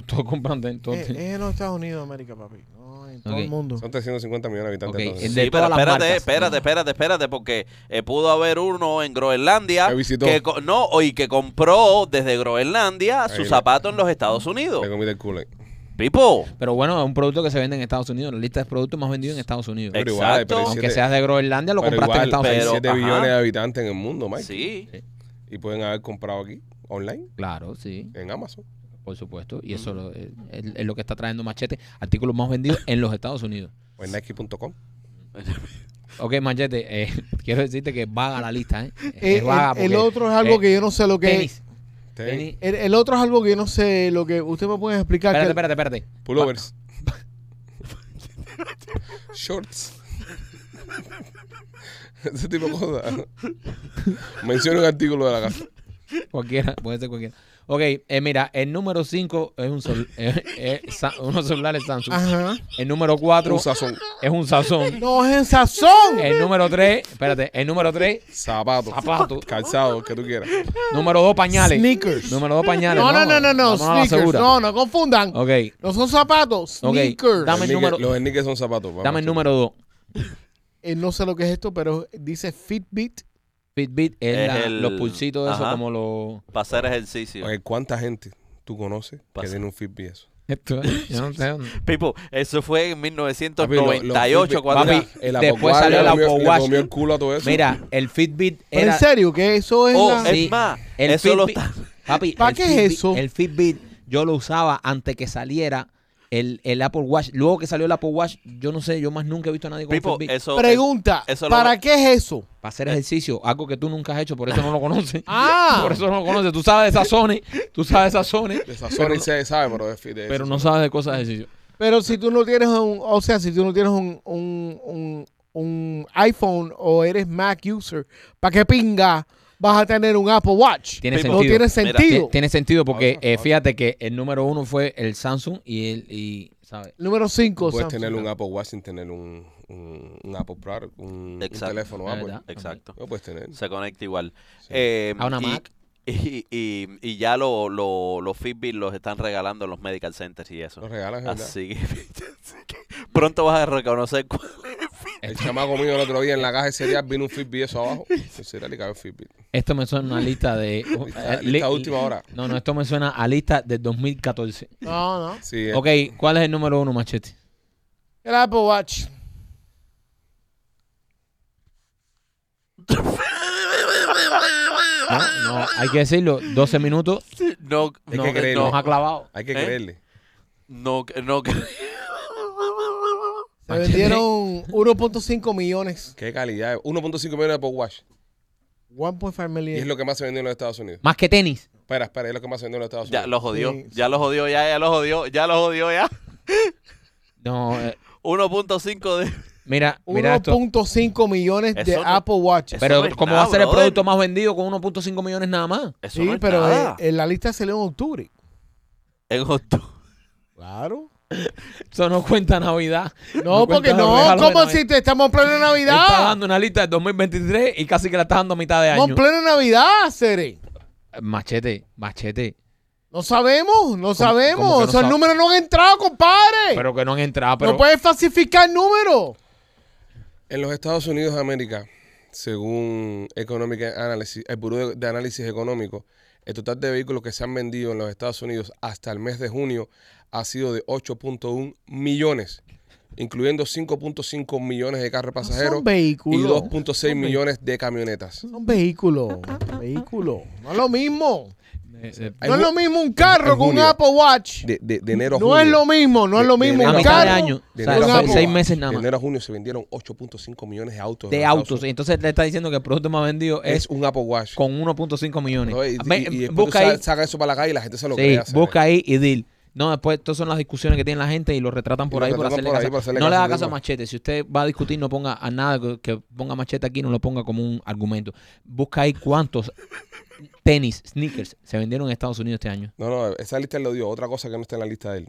[SPEAKER 2] Todos compran de- todos-
[SPEAKER 4] Eh, es en los Estados Unidos de América, papi. No, en todo el
[SPEAKER 2] Ok.
[SPEAKER 4] mundo.
[SPEAKER 1] Son 350 millones de habitantes.
[SPEAKER 2] Ok,
[SPEAKER 1] entonces.
[SPEAKER 2] el
[SPEAKER 3] Sí,
[SPEAKER 2] de
[SPEAKER 3] pero
[SPEAKER 2] todas las
[SPEAKER 3] espérate,
[SPEAKER 2] marcas.
[SPEAKER 3] espérate, espérate, espérate, porque eh, pudo haber uno en Groenlandia
[SPEAKER 1] Que visitó.
[SPEAKER 3] co- no o- y que compró desde Groenlandia
[SPEAKER 1] Ahí
[SPEAKER 3] su
[SPEAKER 1] le-
[SPEAKER 3] zapato en los Estados Unidos.
[SPEAKER 1] Le comí del culo.
[SPEAKER 3] Pipo,
[SPEAKER 2] Pero bueno, es un producto que se vende en Estados Unidos. La lista de productos más vendidos en Estados Unidos.
[SPEAKER 1] Pero igual, pero
[SPEAKER 3] Exacto.
[SPEAKER 2] Aunque
[SPEAKER 1] Eh, siete-
[SPEAKER 2] seas de Groenlandia, lo
[SPEAKER 1] pero
[SPEAKER 2] compraste en
[SPEAKER 1] igual,
[SPEAKER 2] Estados
[SPEAKER 1] hay
[SPEAKER 2] Unidos.
[SPEAKER 3] pero-
[SPEAKER 1] 7
[SPEAKER 3] ajá.
[SPEAKER 1] billones de habitantes en el mundo, Mike.
[SPEAKER 3] sí.
[SPEAKER 1] Y pueden haber comprado aquí, online,
[SPEAKER 2] Claro, sí,
[SPEAKER 1] en Amazon.
[SPEAKER 2] por supuesto. Y eso lo- es, es- es lo que está trayendo Machete. Artículos más vendidos en los Estados Unidos.
[SPEAKER 1] O en Nike.com.
[SPEAKER 2] Ok, Machete, eh, quiero decirte que vaga la lista, ¿eh? Es
[SPEAKER 4] Eh, El,
[SPEAKER 2] vaga
[SPEAKER 4] el
[SPEAKER 2] porque,
[SPEAKER 4] otro es algo
[SPEAKER 2] eh,
[SPEAKER 4] que yo no sé lo que es.
[SPEAKER 2] tenis,
[SPEAKER 1] Tenis,
[SPEAKER 2] tenis.
[SPEAKER 4] El, el otro es algo que yo no sé lo que. Usted me puede explicar.
[SPEAKER 2] Espérate,
[SPEAKER 4] que-
[SPEAKER 2] espérate, espérate.
[SPEAKER 1] Pullovers. Shorts. Ese tipo de cosas. Menciona un artículo de la casa.
[SPEAKER 2] Cualquiera, puede ser cualquiera. Ok, eh, mira, el número 5 es un sol, eh, eh, sa- unos celulares Samsung.
[SPEAKER 4] Ajá.
[SPEAKER 2] El número 4
[SPEAKER 1] Un sazón.
[SPEAKER 2] es un sazón.
[SPEAKER 4] No, es en sazón.
[SPEAKER 2] El número 3, espérate, el número 3,
[SPEAKER 1] Zapatos.
[SPEAKER 2] zapatos.
[SPEAKER 1] Calzado, que tú quieras.
[SPEAKER 2] Número 2, pañales.
[SPEAKER 4] Sneakers.
[SPEAKER 2] Número 2, pañales.
[SPEAKER 4] No, no, no, no, no.
[SPEAKER 2] vámonos a la
[SPEAKER 4] Sneakers.
[SPEAKER 2] segura.
[SPEAKER 4] No, no confundan.
[SPEAKER 2] Ok,
[SPEAKER 4] No son zapatos,
[SPEAKER 2] Ok,
[SPEAKER 4] sneakers.
[SPEAKER 2] Dame el
[SPEAKER 1] Los Nike-
[SPEAKER 2] número-
[SPEAKER 1] Los Nike son zapatos. vamos,
[SPEAKER 2] dame el
[SPEAKER 1] tú.
[SPEAKER 2] número 2.
[SPEAKER 4] Eh, no sé lo que es esto, pero dice Fitbit.
[SPEAKER 2] Fitbit es,
[SPEAKER 3] Es
[SPEAKER 2] la-
[SPEAKER 3] el-
[SPEAKER 2] los pulsitos, eso
[SPEAKER 3] ajá.
[SPEAKER 2] como los.
[SPEAKER 3] Para hacer ejercicio.
[SPEAKER 1] Oye, ¿Cuánta gente tú conoces que
[SPEAKER 3] Pasa.
[SPEAKER 1] tiene un Fitbit eso?
[SPEAKER 2] Esto, yo no sé dónde.
[SPEAKER 3] Pipo, eso fue en
[SPEAKER 1] Papi, lo- los
[SPEAKER 3] 1998
[SPEAKER 1] Fitbit-
[SPEAKER 3] cuando
[SPEAKER 2] Papi,
[SPEAKER 1] Mira, el
[SPEAKER 2] después
[SPEAKER 1] Apple Watch
[SPEAKER 2] salió el
[SPEAKER 1] le comió-
[SPEAKER 2] Apple
[SPEAKER 1] le
[SPEAKER 2] Watch.
[SPEAKER 1] comió el culo a todo eso.
[SPEAKER 2] Mira, el Fitbit
[SPEAKER 4] Pero
[SPEAKER 2] era.
[SPEAKER 4] en serio, que eso es.
[SPEAKER 3] Oh,
[SPEAKER 4] la-
[SPEAKER 2] sí.
[SPEAKER 3] es más,
[SPEAKER 2] El
[SPEAKER 3] eso lo
[SPEAKER 2] Fitbit-
[SPEAKER 3] está-
[SPEAKER 2] Papi,
[SPEAKER 4] ¿Para
[SPEAKER 2] el
[SPEAKER 4] qué es
[SPEAKER 2] Fitbit-
[SPEAKER 4] eso?
[SPEAKER 2] El Fitbit yo lo usaba antes que saliera el, el Apple Watch. Luego que salió el Apple Watch, yo no sé, yo más nunca he visto a nadie con
[SPEAKER 3] Pipo,
[SPEAKER 2] Fitbit.
[SPEAKER 3] eso
[SPEAKER 4] Pregunta:
[SPEAKER 3] eso lo-
[SPEAKER 4] ¿para qué es eso?
[SPEAKER 2] Para hacer ejercicio, algo que tú nunca has hecho, por eso no lo conoces.
[SPEAKER 4] Ah.
[SPEAKER 2] Por eso no lo conoces. Tú sabes de sazones, tú sabes de sazones,
[SPEAKER 1] De Sazón y se sabe, pero de Fitbit.
[SPEAKER 2] pero no sabes de cosas de ejercicio.
[SPEAKER 4] Pero si tú no tienes un, o sea, si tú no tienes un, un, un, un iPhone o eres Mac user, ¿para qué pinga vas a tener un Apple Watch?
[SPEAKER 2] Tiene
[SPEAKER 3] Pipo,
[SPEAKER 4] no
[SPEAKER 2] sentido.
[SPEAKER 4] tiene
[SPEAKER 3] Mira,
[SPEAKER 2] Ti-
[SPEAKER 4] sentido.
[SPEAKER 2] Tiene sentido porque
[SPEAKER 1] Pausa,
[SPEAKER 2] eh,
[SPEAKER 1] pausa.
[SPEAKER 2] fíjate que el número uno fue el Samsung y el y ¿sabes?
[SPEAKER 4] Número 5.
[SPEAKER 1] Puedes tener un Apple Watch sin tener un, un, un Apple product, un, un
[SPEAKER 3] Exacto.
[SPEAKER 1] teléfono
[SPEAKER 2] La
[SPEAKER 1] Apple.
[SPEAKER 2] verdad.
[SPEAKER 3] Exacto.
[SPEAKER 1] No puedes tener.
[SPEAKER 3] Se conecta igual.
[SPEAKER 1] Sí.
[SPEAKER 3] Eh,
[SPEAKER 2] A una
[SPEAKER 3] y,
[SPEAKER 2] Mac.
[SPEAKER 3] Y, y- y ya lo- lo- los Fitbit los están regalando en los medical centers y eso.
[SPEAKER 1] Los regalan, ¿verdad?
[SPEAKER 3] Así que, así que pronto vas a reconocer cuál es.
[SPEAKER 1] El chamaco mío el otro día en la caja de cereal vino un Fitbit eso abajo. El cereal y cayó el Fitbit.
[SPEAKER 2] Esto me suena a una lista de
[SPEAKER 1] Lista-
[SPEAKER 2] eh, li-
[SPEAKER 1] lista última hora.
[SPEAKER 2] No, no, esto me suena a lista del 2014.
[SPEAKER 4] No, no.
[SPEAKER 1] Sí, eh,
[SPEAKER 2] Ok, ¿cuál es el número uno, Machete?
[SPEAKER 4] El Apple Watch.
[SPEAKER 2] No, no, hay que decirlo, 12 minutos
[SPEAKER 3] No,
[SPEAKER 1] que
[SPEAKER 3] no,
[SPEAKER 1] creerlo.
[SPEAKER 3] no,
[SPEAKER 2] nos ha clavado.
[SPEAKER 1] hay que
[SPEAKER 3] ¿Eh?
[SPEAKER 1] creerle.
[SPEAKER 3] no, no,
[SPEAKER 4] Se
[SPEAKER 2] Machete.
[SPEAKER 4] vendieron 1.5 millones.
[SPEAKER 1] Qué calidad. 1.5 millones de Apple Watch.
[SPEAKER 4] 1.5
[SPEAKER 1] Y es
[SPEAKER 4] millones.
[SPEAKER 1] lo que más se vendió en los Estados Unidos.
[SPEAKER 2] Más que tenis.
[SPEAKER 1] Espera, espera, es lo que más se vendió en los Estados
[SPEAKER 3] Ya
[SPEAKER 1] Unidos.
[SPEAKER 3] los jodió,
[SPEAKER 4] Sí,
[SPEAKER 3] ya los jodió, ya, ya los jodió, ya los jodió, ya.
[SPEAKER 2] No, eh,
[SPEAKER 3] 1.5 de...
[SPEAKER 2] mira, mira esto.
[SPEAKER 4] 1.5 millones de
[SPEAKER 3] Eso no-
[SPEAKER 4] Apple Watch.
[SPEAKER 3] eso
[SPEAKER 2] Pero
[SPEAKER 3] no es
[SPEAKER 2] ¿cómo
[SPEAKER 3] nada,
[SPEAKER 2] va a ser el
[SPEAKER 3] brother.
[SPEAKER 2] producto más vendido con 1.5 millones nada más?
[SPEAKER 3] Eso
[SPEAKER 4] Sí,
[SPEAKER 3] no es
[SPEAKER 4] pero
[SPEAKER 3] nada.
[SPEAKER 4] eh, en la lista salió en octubre.
[SPEAKER 3] En octubre.
[SPEAKER 4] Claro.
[SPEAKER 2] Eso no cuenta Navidad.
[SPEAKER 4] No,
[SPEAKER 2] cuenta
[SPEAKER 4] porque
[SPEAKER 2] los
[SPEAKER 4] no,
[SPEAKER 2] regalos de
[SPEAKER 4] como
[SPEAKER 2] Navidad.
[SPEAKER 4] si te estamos en plena
[SPEAKER 2] Está
[SPEAKER 4] Navidad.
[SPEAKER 2] dando una lista del 2023 y casi que la está dando a mitad de
[SPEAKER 4] Estamos
[SPEAKER 2] año.
[SPEAKER 4] en plena Navidad, Sere.
[SPEAKER 2] Machete, machete.
[SPEAKER 4] No sabemos, no sabemos.
[SPEAKER 2] cómo que no
[SPEAKER 4] Esos
[SPEAKER 2] sabe?
[SPEAKER 4] números no han entrado, compadre.
[SPEAKER 2] Pero que no han entrado, pero...
[SPEAKER 4] no puedes falsificar números.
[SPEAKER 1] En los Estados Unidos de América, según Economic Analysis, el Buró de- de Análisis Económico, el total de vehículos que se han vendido en los Estados Unidos hasta el mes de junio ha sido de 8.1 millones, incluyendo 5.5 millones de carros
[SPEAKER 4] No
[SPEAKER 1] pasajeros
[SPEAKER 4] Ah, son
[SPEAKER 1] y
[SPEAKER 4] vehículos.
[SPEAKER 1] 2.6 millones de camionetas.
[SPEAKER 4] Son vehículos. vehículos. No es lo mismo.
[SPEAKER 2] Eh, eh,
[SPEAKER 1] Hay
[SPEAKER 4] no es
[SPEAKER 1] mu-
[SPEAKER 4] lo mismo un carro
[SPEAKER 1] en
[SPEAKER 4] que un
[SPEAKER 1] junio.
[SPEAKER 4] Apple Watch.
[SPEAKER 1] De, de- de enero a
[SPEAKER 4] no
[SPEAKER 1] junio.
[SPEAKER 4] es lo mismo, no es
[SPEAKER 1] de-
[SPEAKER 4] lo
[SPEAKER 1] de
[SPEAKER 4] mismo
[SPEAKER 1] enero
[SPEAKER 2] a
[SPEAKER 4] un
[SPEAKER 2] mitad de
[SPEAKER 4] carro.
[SPEAKER 2] año.
[SPEAKER 1] De
[SPEAKER 2] O sea,
[SPEAKER 1] enero a
[SPEAKER 4] son
[SPEAKER 1] junio.
[SPEAKER 2] seis meses nada
[SPEAKER 1] De
[SPEAKER 2] más.
[SPEAKER 1] enero a junio se vendieron 8.5 millones de autos. en
[SPEAKER 2] De
[SPEAKER 1] los Estados
[SPEAKER 2] autos.
[SPEAKER 1] Unidos.
[SPEAKER 2] Entonces le está diciendo que el producto más vendido es
[SPEAKER 1] Es un Apple Watch.
[SPEAKER 2] con 1.5 millones.
[SPEAKER 1] ¿no? Y,
[SPEAKER 2] Ve,
[SPEAKER 1] y- y después
[SPEAKER 2] busca
[SPEAKER 1] tú sa-
[SPEAKER 2] ahí,
[SPEAKER 1] sacas eso para la calle y la gente se lo
[SPEAKER 2] sí,
[SPEAKER 1] cree. hacer.
[SPEAKER 2] busca ahí y dil. No, después estas son las discusiones que tiene la gente y lo retratan
[SPEAKER 1] Y
[SPEAKER 2] por
[SPEAKER 1] lo
[SPEAKER 2] ahí por
[SPEAKER 1] retratan
[SPEAKER 2] hacerle
[SPEAKER 1] por ahí
[SPEAKER 2] caso.
[SPEAKER 1] por hacerle
[SPEAKER 2] no le
[SPEAKER 1] caso
[SPEAKER 2] haga
[SPEAKER 1] al
[SPEAKER 2] caso a
[SPEAKER 1] tipo.
[SPEAKER 2] Machete. Si usted va a discutir, no ponga a nada que, que ponga Machete aquí, no lo ponga como un argumento. Busca ahí cuántos tenis, sneakers se vendieron en Estados Unidos este año.
[SPEAKER 1] No, no, esa lista él lo dio. Otra cosa que no está en la lista de él.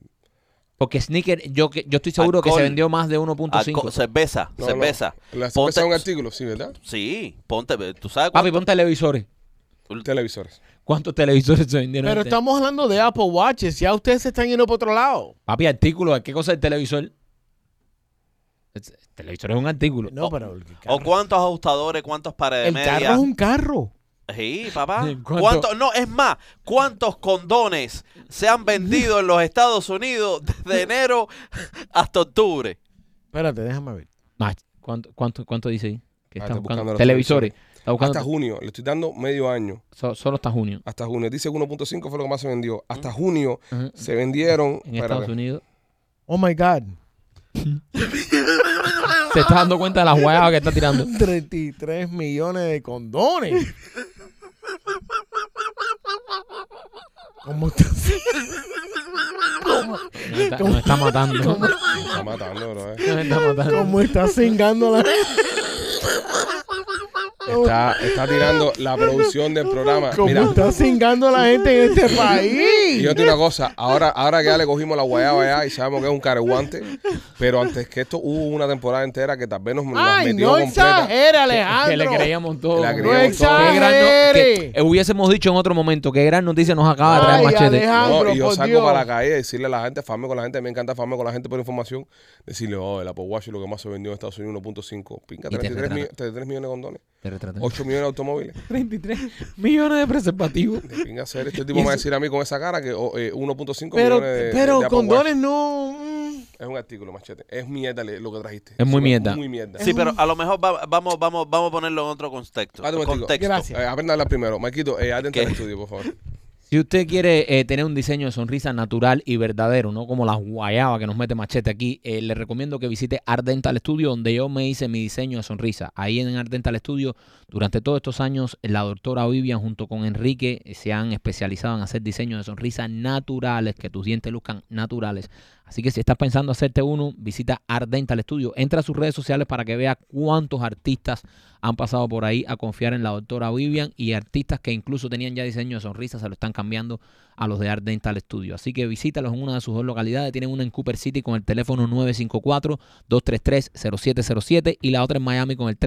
[SPEAKER 2] Porque sneakers, yo, que- yo estoy seguro que
[SPEAKER 3] Alcohol.
[SPEAKER 2] se vendió más de
[SPEAKER 3] Alco-
[SPEAKER 2] 1.5.
[SPEAKER 3] cerveza,
[SPEAKER 1] No,
[SPEAKER 3] cerveza.
[SPEAKER 1] no. La cerveza
[SPEAKER 3] Ponte-
[SPEAKER 1] es un artículo, sí, ¿verdad?
[SPEAKER 3] Sí, ponte, tú sabes
[SPEAKER 2] Papi,
[SPEAKER 3] cuánto?
[SPEAKER 2] pon televisores.
[SPEAKER 1] Televisores.
[SPEAKER 2] ¿Cuántos televisores se vendieron?
[SPEAKER 4] Pero
[SPEAKER 2] este
[SPEAKER 4] estamos hablando de Apple Watches. Ya ustedes se están yendo para otro lado.
[SPEAKER 2] Papi, artículo, ¿qué cosa es el televisor? Es- El televisor es un artículo.
[SPEAKER 4] No, pero el carro,
[SPEAKER 3] ¿O cuántos ajustadores, cuántos pares de
[SPEAKER 4] el
[SPEAKER 3] media?
[SPEAKER 4] carro es un carro.
[SPEAKER 3] Sí, papá.
[SPEAKER 2] ¿En cuánto?
[SPEAKER 3] ¿Cuánto? No, es más, ¿cuántos condones se han vendido en los Estados Unidos desde enero hasta octubre?
[SPEAKER 4] Espérate, déjame ver.
[SPEAKER 2] Mach, ¿Cuánto, cuánto, cuánto dice ahí? Que
[SPEAKER 1] Ah, estoy
[SPEAKER 2] están
[SPEAKER 1] buscando
[SPEAKER 2] buscando
[SPEAKER 1] los
[SPEAKER 2] televisores. Está buscando
[SPEAKER 1] Hasta junio, le estoy dando medio año.
[SPEAKER 2] so- solo hasta junio.
[SPEAKER 1] Hasta junio. Dice 1.5 fue lo que más se vendió. Hasta junio
[SPEAKER 2] Ajá.
[SPEAKER 1] se vendieron.
[SPEAKER 2] En Estados
[SPEAKER 1] espérate.
[SPEAKER 2] Unidos.
[SPEAKER 4] Oh my God.
[SPEAKER 2] Se está dando cuenta de las guayabas que está tirando.
[SPEAKER 4] 33 millones de condones. ¿Cómo estás?
[SPEAKER 2] Nos está, nos está matando. Nos
[SPEAKER 1] Me Está matando, bro. eh.
[SPEAKER 2] está matando.
[SPEAKER 4] ¿Cómo estás cingando la
[SPEAKER 1] Está, está tirando la producción del programa.
[SPEAKER 4] ¿Cómo
[SPEAKER 1] Mira,
[SPEAKER 4] está cingando la gente en este
[SPEAKER 1] y yo
[SPEAKER 4] país?
[SPEAKER 1] te digo una cosa. Ahora, ahora que ya le cogimos la guayaba ya y sabemos que es un careguante, pero antes que esto hubo una temporada entera que tal vez nos, nos
[SPEAKER 4] Ay,
[SPEAKER 1] metió
[SPEAKER 4] no
[SPEAKER 1] completa.
[SPEAKER 4] exagere,
[SPEAKER 2] Que le
[SPEAKER 4] Alejandro.
[SPEAKER 2] creíamos todo.
[SPEAKER 1] La
[SPEAKER 4] no
[SPEAKER 1] creíamos todo.
[SPEAKER 2] Qué gran no- que,
[SPEAKER 4] exagere.
[SPEAKER 2] eh, hubiésemos dicho en otro momento que gran noticia nos acaba de traer
[SPEAKER 4] Ay,
[SPEAKER 2] Machete.
[SPEAKER 4] Alejandro,
[SPEAKER 1] No, y yo
[SPEAKER 4] por
[SPEAKER 1] salgo
[SPEAKER 4] Dios.
[SPEAKER 1] para la calle a decirle a la gente, farme con la gente, me encanta farme con la gente por información, decirle, oh, el Apple Watch es lo que más se vendió en Estados Unidos, 1.5, pinga,
[SPEAKER 2] Y te
[SPEAKER 1] 33,
[SPEAKER 2] retrata.
[SPEAKER 1] mi- 33 millones de condones,
[SPEAKER 2] Te retraté.
[SPEAKER 1] 8 millones de automóviles.
[SPEAKER 2] 33 millones de preservativos.
[SPEAKER 1] De pinga hacer, este tipo me va a decir a mí con esa cara que oh, eh, 1.5
[SPEAKER 4] Pero,
[SPEAKER 1] millones de
[SPEAKER 4] pero
[SPEAKER 1] de Apple
[SPEAKER 4] condones no. mm.
[SPEAKER 1] Watch. Es un artículo, machete. Es mierda le- lo que trajiste.
[SPEAKER 2] Es muy
[SPEAKER 1] Sí,
[SPEAKER 2] mierda.
[SPEAKER 1] Muy mierda.
[SPEAKER 3] Sí, pero a lo mejor va- vamos, vamos, vamos a ponerlo en otro contexto.
[SPEAKER 1] Espérate un momentico.
[SPEAKER 3] contexto.
[SPEAKER 4] Gracias.
[SPEAKER 1] Eh, aprenda a hablar primero. Maquito, eh, adentro
[SPEAKER 3] ¿Qué?
[SPEAKER 1] del estudio, por favor.
[SPEAKER 2] Si usted quiere eh, tener un diseño de sonrisa natural y verdadero, no como las guayabas que nos mete machete aquí, eh, le recomiendo que visite Ardental Studio, donde yo me hice mi diseño de sonrisa. Ahí en Ardental Studio, durante todos estos años, la doctora Vivian junto con Enrique eh, se han especializado en hacer diseños de sonrisa naturales, que tus dientes luzcan naturales. Así que si estás pensando hacerte uno, visita Ardental Studio. Entra a sus redes sociales para que vea cuántos artistas han pasado por ahí a confiar en la doctora Vivian y artistas que incluso tenían ya diseño de sonrisas se lo están cambiando a los de Art Dental Studio. Así que visítalos en una de sus dos localidades. Tienen una en Cooper City con el teléfono 954-233-0707 y la otra en Miami con el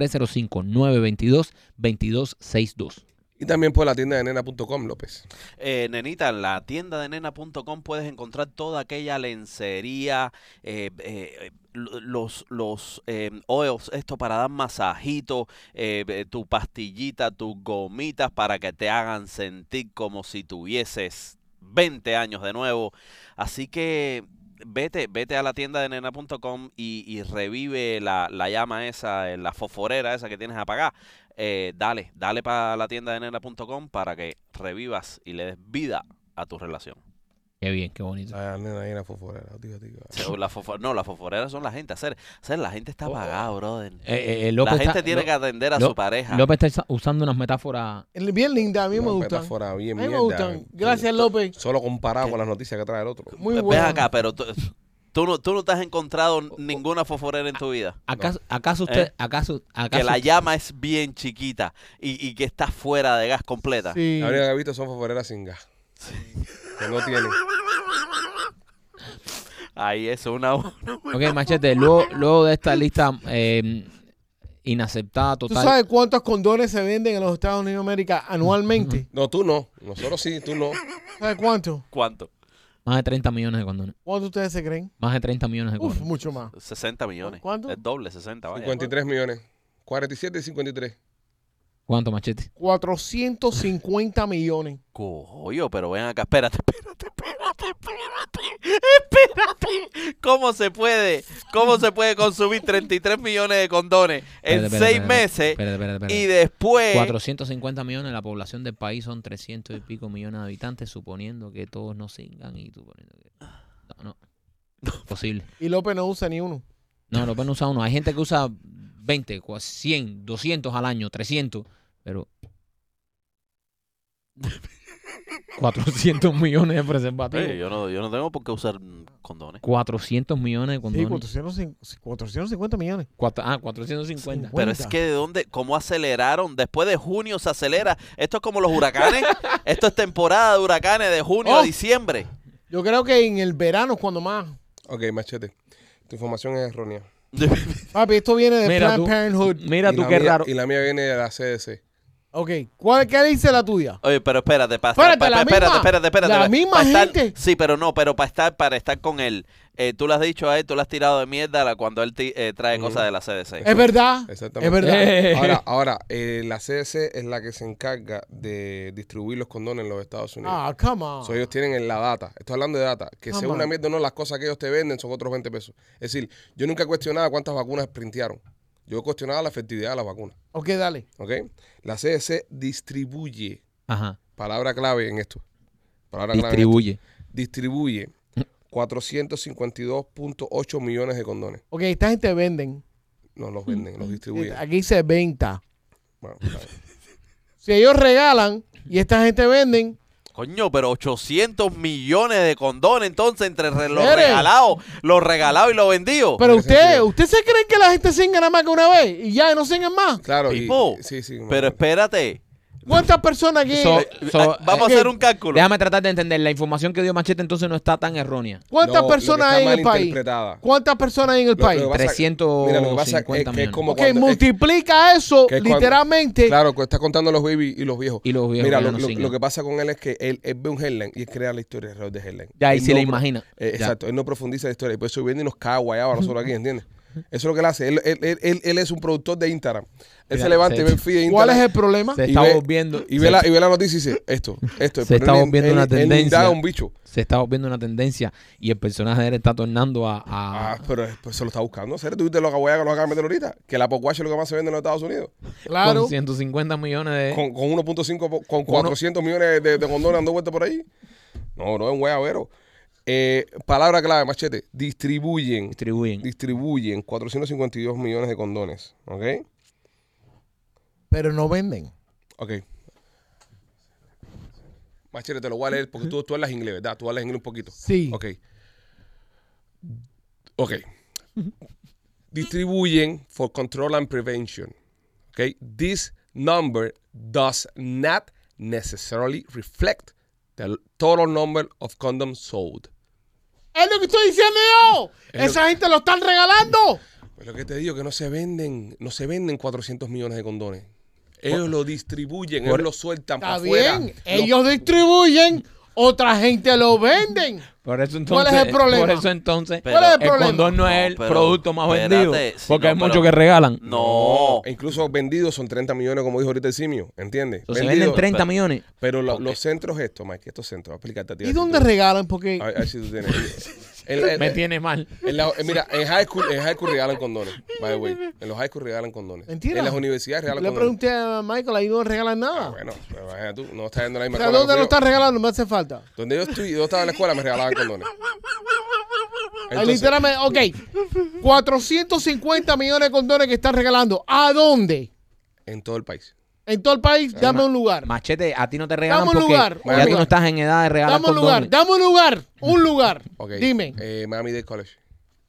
[SPEAKER 2] 305-922-2262.
[SPEAKER 1] Y también por la tienda de nena.com, López.
[SPEAKER 3] Eh, nenita, en la tienda de nena.com puedes encontrar toda aquella lencería, eh, eh, lo- los, los eh, oils, esto para dar masajitos, eh, eh, tu pastillita, tus gomitas para que te hagan sentir como si tuvieses 20 años de nuevo. Así que vete, vete a la tienda de nena.com y, y revive la, la llama esa, eh, la fosforera esa que tienes apagada. Eh, dale, dale para la tienda de nena.com para que revivas y le des vida a tu relación.
[SPEAKER 2] Qué bien, qué bonito.
[SPEAKER 1] La nena ahí en la fosforera. Tío, tío.
[SPEAKER 3] O sea, la fofo- no, las foforeras son la gente. Hacer, hacer, la gente está
[SPEAKER 1] Oh.
[SPEAKER 3] apagada, brother.
[SPEAKER 2] Eh, eh, eh,
[SPEAKER 3] la
[SPEAKER 2] López
[SPEAKER 3] gente
[SPEAKER 2] está-
[SPEAKER 3] tiene
[SPEAKER 2] Ló-
[SPEAKER 3] que atender a
[SPEAKER 2] Ló-
[SPEAKER 3] su pareja.
[SPEAKER 2] López está usando unas metáforas.
[SPEAKER 4] Bien linda, a mí me
[SPEAKER 1] Una
[SPEAKER 4] gustan.
[SPEAKER 1] metáfora
[SPEAKER 4] A
[SPEAKER 1] bien
[SPEAKER 4] mí me
[SPEAKER 1] mierda.
[SPEAKER 4] gustan. Gracias, López.
[SPEAKER 1] Solo comparado
[SPEAKER 3] ¿Qué?
[SPEAKER 1] con las noticias que trae el otro.
[SPEAKER 4] Muy
[SPEAKER 3] Ves
[SPEAKER 4] buena.
[SPEAKER 3] acá, pero tú, tú no, tú no te has
[SPEAKER 2] Oh,
[SPEAKER 3] encontrado ninguna foforera en tu vida.
[SPEAKER 2] ¿Acaso, acaso usted,
[SPEAKER 3] Eh.
[SPEAKER 2] acaso, acaso
[SPEAKER 3] Que la llama es bien chiquita y, y que está fuera de gas completa.
[SPEAKER 4] Sí.
[SPEAKER 1] La única que he visto son fosforeras sin gas. Que no tienen.
[SPEAKER 3] Ahí es una... una-
[SPEAKER 2] Ok, Machete, luego, luego de esta lista eh, inaceptada
[SPEAKER 4] ¿Tú
[SPEAKER 2] total.
[SPEAKER 4] sabes cuántos condones se venden en los Estados Unidos de América anualmente?
[SPEAKER 1] No, tú no. Nosotros sí, tú no.
[SPEAKER 4] ¿Sabes cuánto?
[SPEAKER 3] ¿Cuánto?
[SPEAKER 2] Más de 30 millones de condones.
[SPEAKER 4] ¿Cuánto ustedes se creen?
[SPEAKER 2] Más de 30 millones de
[SPEAKER 4] Uf,
[SPEAKER 2] condones.
[SPEAKER 4] mucho más.
[SPEAKER 3] 60 millones.
[SPEAKER 4] ¿Cuánto?
[SPEAKER 3] Es doble, 60. Vaya.
[SPEAKER 1] 53 millones. 47 y 53.
[SPEAKER 2] ¿Cuánto,
[SPEAKER 4] Eh,
[SPEAKER 2] Machete?
[SPEAKER 4] 450 millones.
[SPEAKER 3] Coño, pero ven acá, espérate, espérate, espérate, espérate, espérate. ¿Cómo se puede? ¿Cómo se puede consumir 33 millones de condones
[SPEAKER 2] Espérate,
[SPEAKER 3] en
[SPEAKER 2] espérate,
[SPEAKER 3] seis
[SPEAKER 2] espérate,
[SPEAKER 3] meses
[SPEAKER 2] Espérate, espérate, espérate.
[SPEAKER 3] y después...
[SPEAKER 2] 450 millones, la población del país son 300 y pico millones de habitantes, suponiendo que todos no singan y tú poniendo que... No, no. Posible.
[SPEAKER 4] Y López no usa ni uno.
[SPEAKER 2] No, López no usa uno. Hay gente que usa 20, cua- 100, 200 al año, 300, pero... 400 millones de preservativos.
[SPEAKER 3] Oye, yo, no, yo no tengo por qué usar mm, condones.
[SPEAKER 2] 400 millones de
[SPEAKER 4] Sí,
[SPEAKER 2] condones.
[SPEAKER 4] 450 450 millones.
[SPEAKER 2] Cuatro- ah, 450.
[SPEAKER 4] Bueno.
[SPEAKER 3] Pero es que de dónde, cómo aceleraron, después de junio se acelera. Esto es como los huracanes. Esto es temporada de huracanes de junio
[SPEAKER 4] Oh.
[SPEAKER 3] a diciembre.
[SPEAKER 4] Yo creo que en el verano es cuando más.
[SPEAKER 1] Ok, machete. Tu información es errónea.
[SPEAKER 4] Papi, esto viene de
[SPEAKER 2] Mira
[SPEAKER 4] Planned
[SPEAKER 2] tú.
[SPEAKER 4] Parenthood.
[SPEAKER 2] Mira
[SPEAKER 1] Y
[SPEAKER 2] tú
[SPEAKER 1] la
[SPEAKER 2] qué
[SPEAKER 1] mía-
[SPEAKER 2] raro.
[SPEAKER 1] Y la mía viene de la CDC.
[SPEAKER 4] Ok, ¿cuál qué dice la tuya?
[SPEAKER 3] Oye, pero espérate, pa-
[SPEAKER 4] Espérate,
[SPEAKER 3] pa-
[SPEAKER 4] la
[SPEAKER 3] espérate,
[SPEAKER 4] misma-
[SPEAKER 3] espérate, espérate.
[SPEAKER 4] la
[SPEAKER 3] pa-
[SPEAKER 4] misma
[SPEAKER 3] pa' estar-
[SPEAKER 4] gente.
[SPEAKER 3] sí, pero no, pero para estar, para estar con él. Eh, tú le has dicho a él, tú le has tirado de mierda a la- cuando él ti- eh, trae
[SPEAKER 1] Ujú.
[SPEAKER 3] cosas de la CDC.
[SPEAKER 4] Es verdad.
[SPEAKER 1] Exactamente.
[SPEAKER 4] Es verdad.
[SPEAKER 2] Eh.
[SPEAKER 1] Ahora, ahora eh, la CDC es la que se encarga de distribuir los condones en los Estados Unidos.
[SPEAKER 4] Ah, come on.
[SPEAKER 1] So, ellos tienen en la data. Estoy hablando de data. Que
[SPEAKER 4] Ah,
[SPEAKER 1] sea una
[SPEAKER 4] man.
[SPEAKER 1] mierda o no, las cosas que ellos te venden son otros 20 pesos. Es decir, yo nunca cuestionaba cuántas vacunas printearon. Yo cuestionaba la efectividad de las vacunas.
[SPEAKER 4] Ok, dale.
[SPEAKER 1] ¿Ok? La CDC distribuye,
[SPEAKER 2] Ajá.
[SPEAKER 1] palabra clave en esto. Palabra clave en esto.
[SPEAKER 2] Distribuye.
[SPEAKER 1] Distribuye 452.8 millones de condones.
[SPEAKER 4] Ok, esta gente venden.
[SPEAKER 1] No los venden, los distribuyen.
[SPEAKER 4] Aquí se venta.
[SPEAKER 1] Bueno, está bien.
[SPEAKER 4] Si ellos regalan y esta gente venden,
[SPEAKER 3] Coño, pero 800 millones de condones entonces entre re- los
[SPEAKER 4] Eres.
[SPEAKER 3] regalados, los regalados y los vendidos.
[SPEAKER 4] pero
[SPEAKER 1] Oh, tiene
[SPEAKER 4] usted,
[SPEAKER 1] sentido.
[SPEAKER 4] ¿usted se cree que la gente singa nada más que una vez y ya no singan más?
[SPEAKER 1] Claro, y-
[SPEAKER 3] Pipo,
[SPEAKER 1] sí, sí, me
[SPEAKER 3] Pero
[SPEAKER 1] acuerdo.
[SPEAKER 3] espérate.
[SPEAKER 4] ¿Cuántas personas aquí?
[SPEAKER 2] So-
[SPEAKER 3] Eh,
[SPEAKER 2] so,
[SPEAKER 3] ah, Vamos
[SPEAKER 4] eh,
[SPEAKER 3] a hacer un cálculo.
[SPEAKER 2] Déjame tratar de entender. La información que dio Machete entonces no está tan errónea.
[SPEAKER 4] ¿Cuántas
[SPEAKER 1] No, lo que
[SPEAKER 4] personas
[SPEAKER 1] está
[SPEAKER 4] hay en el país?
[SPEAKER 1] malinterpretada.
[SPEAKER 4] ¿Cuántas personas hay en el
[SPEAKER 1] Lo- lo
[SPEAKER 4] país?
[SPEAKER 1] que pasa-
[SPEAKER 2] 350
[SPEAKER 1] mira, lo que pasa es que es
[SPEAKER 2] millones.
[SPEAKER 1] como
[SPEAKER 4] Ok,
[SPEAKER 1] cuando- es-
[SPEAKER 4] multiplica eso
[SPEAKER 1] que es cuando-
[SPEAKER 4] literalmente.
[SPEAKER 1] Claro, que está contando los baby y los viejos.
[SPEAKER 2] Este Y los viejos
[SPEAKER 1] Mira,
[SPEAKER 2] ya
[SPEAKER 1] lo,
[SPEAKER 2] no
[SPEAKER 1] lo-
[SPEAKER 2] siguen.
[SPEAKER 1] lo que pasa con él es que él, él ve un headline y él crea la historia alrededor de headline.
[SPEAKER 2] Ya ahí
[SPEAKER 1] Él
[SPEAKER 2] se
[SPEAKER 1] no
[SPEAKER 2] la
[SPEAKER 1] pro-
[SPEAKER 2] imagina.
[SPEAKER 1] eh,
[SPEAKER 2] Ya.
[SPEAKER 1] Exacto, él no profundiza la historia. Y por eso viene y nos caga guayaba a nosotros aquí, ¿entiendes? Eso es lo que él hace. Él, él, él, él- él es un productor de Instagram. Él
[SPEAKER 2] Mira,
[SPEAKER 1] se levanta
[SPEAKER 2] se-
[SPEAKER 1] y ve el feed de
[SPEAKER 4] ¿Cuál
[SPEAKER 1] Instagram.
[SPEAKER 4] es el problema?
[SPEAKER 2] Se
[SPEAKER 1] y
[SPEAKER 2] está
[SPEAKER 1] ve-
[SPEAKER 2] volviendo.
[SPEAKER 1] Y ve, la, y ve la noticia y dice, esto, esto.
[SPEAKER 2] Se
[SPEAKER 1] Pero
[SPEAKER 2] está
[SPEAKER 1] él-
[SPEAKER 2] volviendo
[SPEAKER 1] él-
[SPEAKER 2] una
[SPEAKER 1] Él indaga
[SPEAKER 2] tendencia.
[SPEAKER 1] un bicho.
[SPEAKER 2] se está viendo una tendencia y el personaje de él está tornando a, a-
[SPEAKER 1] Ah, pero pues, se lo está buscando. ¿Serio? ¿Tú viste lo que guayaba que lo acaban de meter ahorita? Que la Apple Watch es lo que más se vende en los Estados Unidos.
[SPEAKER 4] Ah, Claro.
[SPEAKER 2] con 150 millones de
[SPEAKER 1] con, con 1.5, po- con 400 millones de, de condones dando vueltas por ahí. No, no es un huevavero. Eh, palabra clave, machete. Distribuyen,
[SPEAKER 2] distribuyen.
[SPEAKER 1] distribuyen 452 millones de condones. ¿Ok?
[SPEAKER 4] Pero no venden.
[SPEAKER 1] Ok. Machete, te lo voy a leer porque tú, tú hablas inglés, ¿verdad? Tú hablas inglés un poquito.
[SPEAKER 4] Sí.
[SPEAKER 1] Ok. Ok. Distribuyen for control and prevention. Okay. This number does not necessarily reflect the total number of condoms sold.
[SPEAKER 4] Es lo que estoy diciendo yo.
[SPEAKER 1] Es lo-
[SPEAKER 4] Esa gente lo están regalando.
[SPEAKER 1] Pues lo que te digo que no se venden, no se venden 400 millones de condones. Ellos lo distribuyen, ellos lo sueltan para
[SPEAKER 4] Está
[SPEAKER 1] afuera.
[SPEAKER 4] bien.
[SPEAKER 1] Lo-
[SPEAKER 4] Ellos distribuyen, otra gente lo venden.
[SPEAKER 2] Por eso
[SPEAKER 4] ¿Cuál
[SPEAKER 2] entonces
[SPEAKER 4] es el problema?
[SPEAKER 2] Por eso entonces
[SPEAKER 3] Pero- ¿Cuál es el
[SPEAKER 2] el,
[SPEAKER 4] problema?
[SPEAKER 2] condón no es
[SPEAKER 3] No,
[SPEAKER 2] el
[SPEAKER 3] pero-
[SPEAKER 2] producto más
[SPEAKER 3] espérate,
[SPEAKER 2] vendido
[SPEAKER 3] sí,
[SPEAKER 2] porque
[SPEAKER 3] no,
[SPEAKER 2] hay muchos
[SPEAKER 3] pero-
[SPEAKER 2] que regalan.
[SPEAKER 3] No.
[SPEAKER 1] e incluso vendidos son 30 millones, como dijo ahorita el simio. ¿Entiendes?
[SPEAKER 2] Entonces se
[SPEAKER 1] Vendidos,
[SPEAKER 2] venden 30
[SPEAKER 3] pero-
[SPEAKER 2] millones.
[SPEAKER 1] Pero lo-
[SPEAKER 3] Ok.
[SPEAKER 1] los centros estos, Mike, estos centros, voy a explicarte a ti.
[SPEAKER 4] ¿Y dónde regalan? Porque
[SPEAKER 1] A ver, a ver si tú tienes. En la- en-
[SPEAKER 2] Me tiene mal.
[SPEAKER 1] en la- en- mira, en high, school, en high school regalan condones. By the way. En los high school regalan condones.
[SPEAKER 4] Mentira.
[SPEAKER 1] En las universidades regalan
[SPEAKER 4] le
[SPEAKER 1] condones.
[SPEAKER 4] pregunté a Michael, ahí no regalan
[SPEAKER 1] Ah,
[SPEAKER 4] nada.
[SPEAKER 1] bueno, pero imagina tú, no estás viendo la
[SPEAKER 4] O
[SPEAKER 1] misma
[SPEAKER 4] sea,
[SPEAKER 1] escuela que
[SPEAKER 4] ¿dónde
[SPEAKER 1] fui
[SPEAKER 4] lo
[SPEAKER 1] yo.
[SPEAKER 4] están regalando? Me hace falta.
[SPEAKER 1] Donde yo, estoy, yo estaba en la escuela me regalaban condones.
[SPEAKER 4] Ahí
[SPEAKER 1] Entonces,
[SPEAKER 4] literalmente, ok. 450 millones de condones que están regalando. ¿A dónde?
[SPEAKER 1] en todo el país.
[SPEAKER 4] En todo el país,
[SPEAKER 1] Eh,
[SPEAKER 4] dame un lugar.
[SPEAKER 2] Machete, a ti no te regalan
[SPEAKER 4] Dame un
[SPEAKER 2] porque
[SPEAKER 4] lugar, un
[SPEAKER 2] ya tú
[SPEAKER 4] lugar.
[SPEAKER 2] no estás en edad de regalar
[SPEAKER 4] Dame un lugar,
[SPEAKER 2] condones.
[SPEAKER 4] dame un lugar, un lugar.
[SPEAKER 1] Ok,
[SPEAKER 4] Dime,
[SPEAKER 1] Eh, Miami Dade College.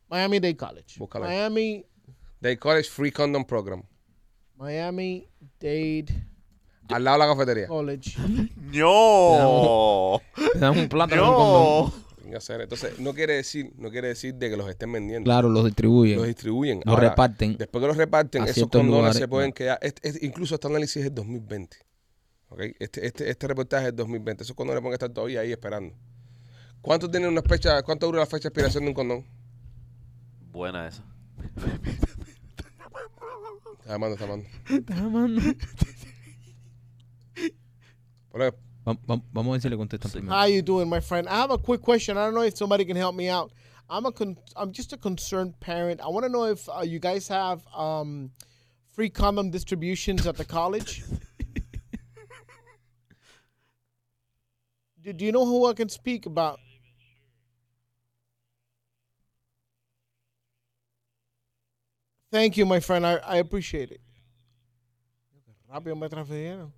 [SPEAKER 4] Miami Dade College.
[SPEAKER 1] Búscalo ahí.
[SPEAKER 4] Miami,
[SPEAKER 1] Dade College Free Condom Program.
[SPEAKER 4] Miami Dade
[SPEAKER 1] Al lado de la cafetería.
[SPEAKER 4] College.
[SPEAKER 3] No.
[SPEAKER 2] Te dan un plato con un condón.
[SPEAKER 3] No.
[SPEAKER 1] Ya sé, Entonces, no quiere decir, no quiere decir de que los estén vendiendo.
[SPEAKER 2] Claro, los
[SPEAKER 1] Los
[SPEAKER 2] distribuyen.
[SPEAKER 1] distribuyen.
[SPEAKER 2] Los reparten
[SPEAKER 1] Después que los reparten,
[SPEAKER 2] a
[SPEAKER 1] esos
[SPEAKER 2] ciertos
[SPEAKER 1] condones
[SPEAKER 2] lugares.
[SPEAKER 1] se pueden quedar. Este- este- incluso este análisis es del 2020. ¿ok? Este, este, este reportaje es del 2020. Esos condones pueden estar todavía ahí esperando. ¿Cuánto tiene una fecha, cuánto dura la fecha de expiración de un condón?
[SPEAKER 3] Buena esa.
[SPEAKER 1] Está llamando, está llamando.
[SPEAKER 2] Vamos
[SPEAKER 1] Ponle-
[SPEAKER 2] vamos a ver si le contestan primero.
[SPEAKER 4] How you doing, my friend? I have a quick question. I don't know if somebody can help me out. I'm a con- I'm just a concerned parent. I want to know if uh, you guys have um, free condom distributions at the college. do, do you know who I can speak about? Thank you, my friend. I, I appreciate it. Rápido me transfirieron.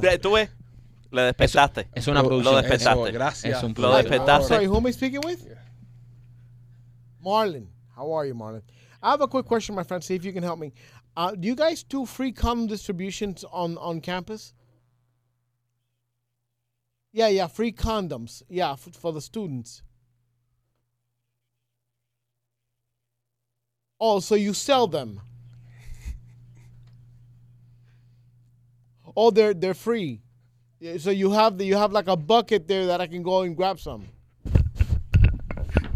[SPEAKER 3] Ve, ¿Tú ves? Le despertaste.
[SPEAKER 2] Es una
[SPEAKER 1] Lo-
[SPEAKER 2] producción.
[SPEAKER 3] lo despertaste.
[SPEAKER 1] Eso, gracias.
[SPEAKER 2] Es un
[SPEAKER 3] Lo despertaste.
[SPEAKER 4] Sorry, who am I speaking with? Marlon. How are you, Marlon? I have a quick question, my friend. See if you can help me. Uh, do you guys do free condom distributions on, on campus? Yeah, yeah, free condoms. Yeah, f- for the students. Oh, so you sell them? Oh, they're they're free. Yeah, So you have the you have like a bucket there that I can go and grab some.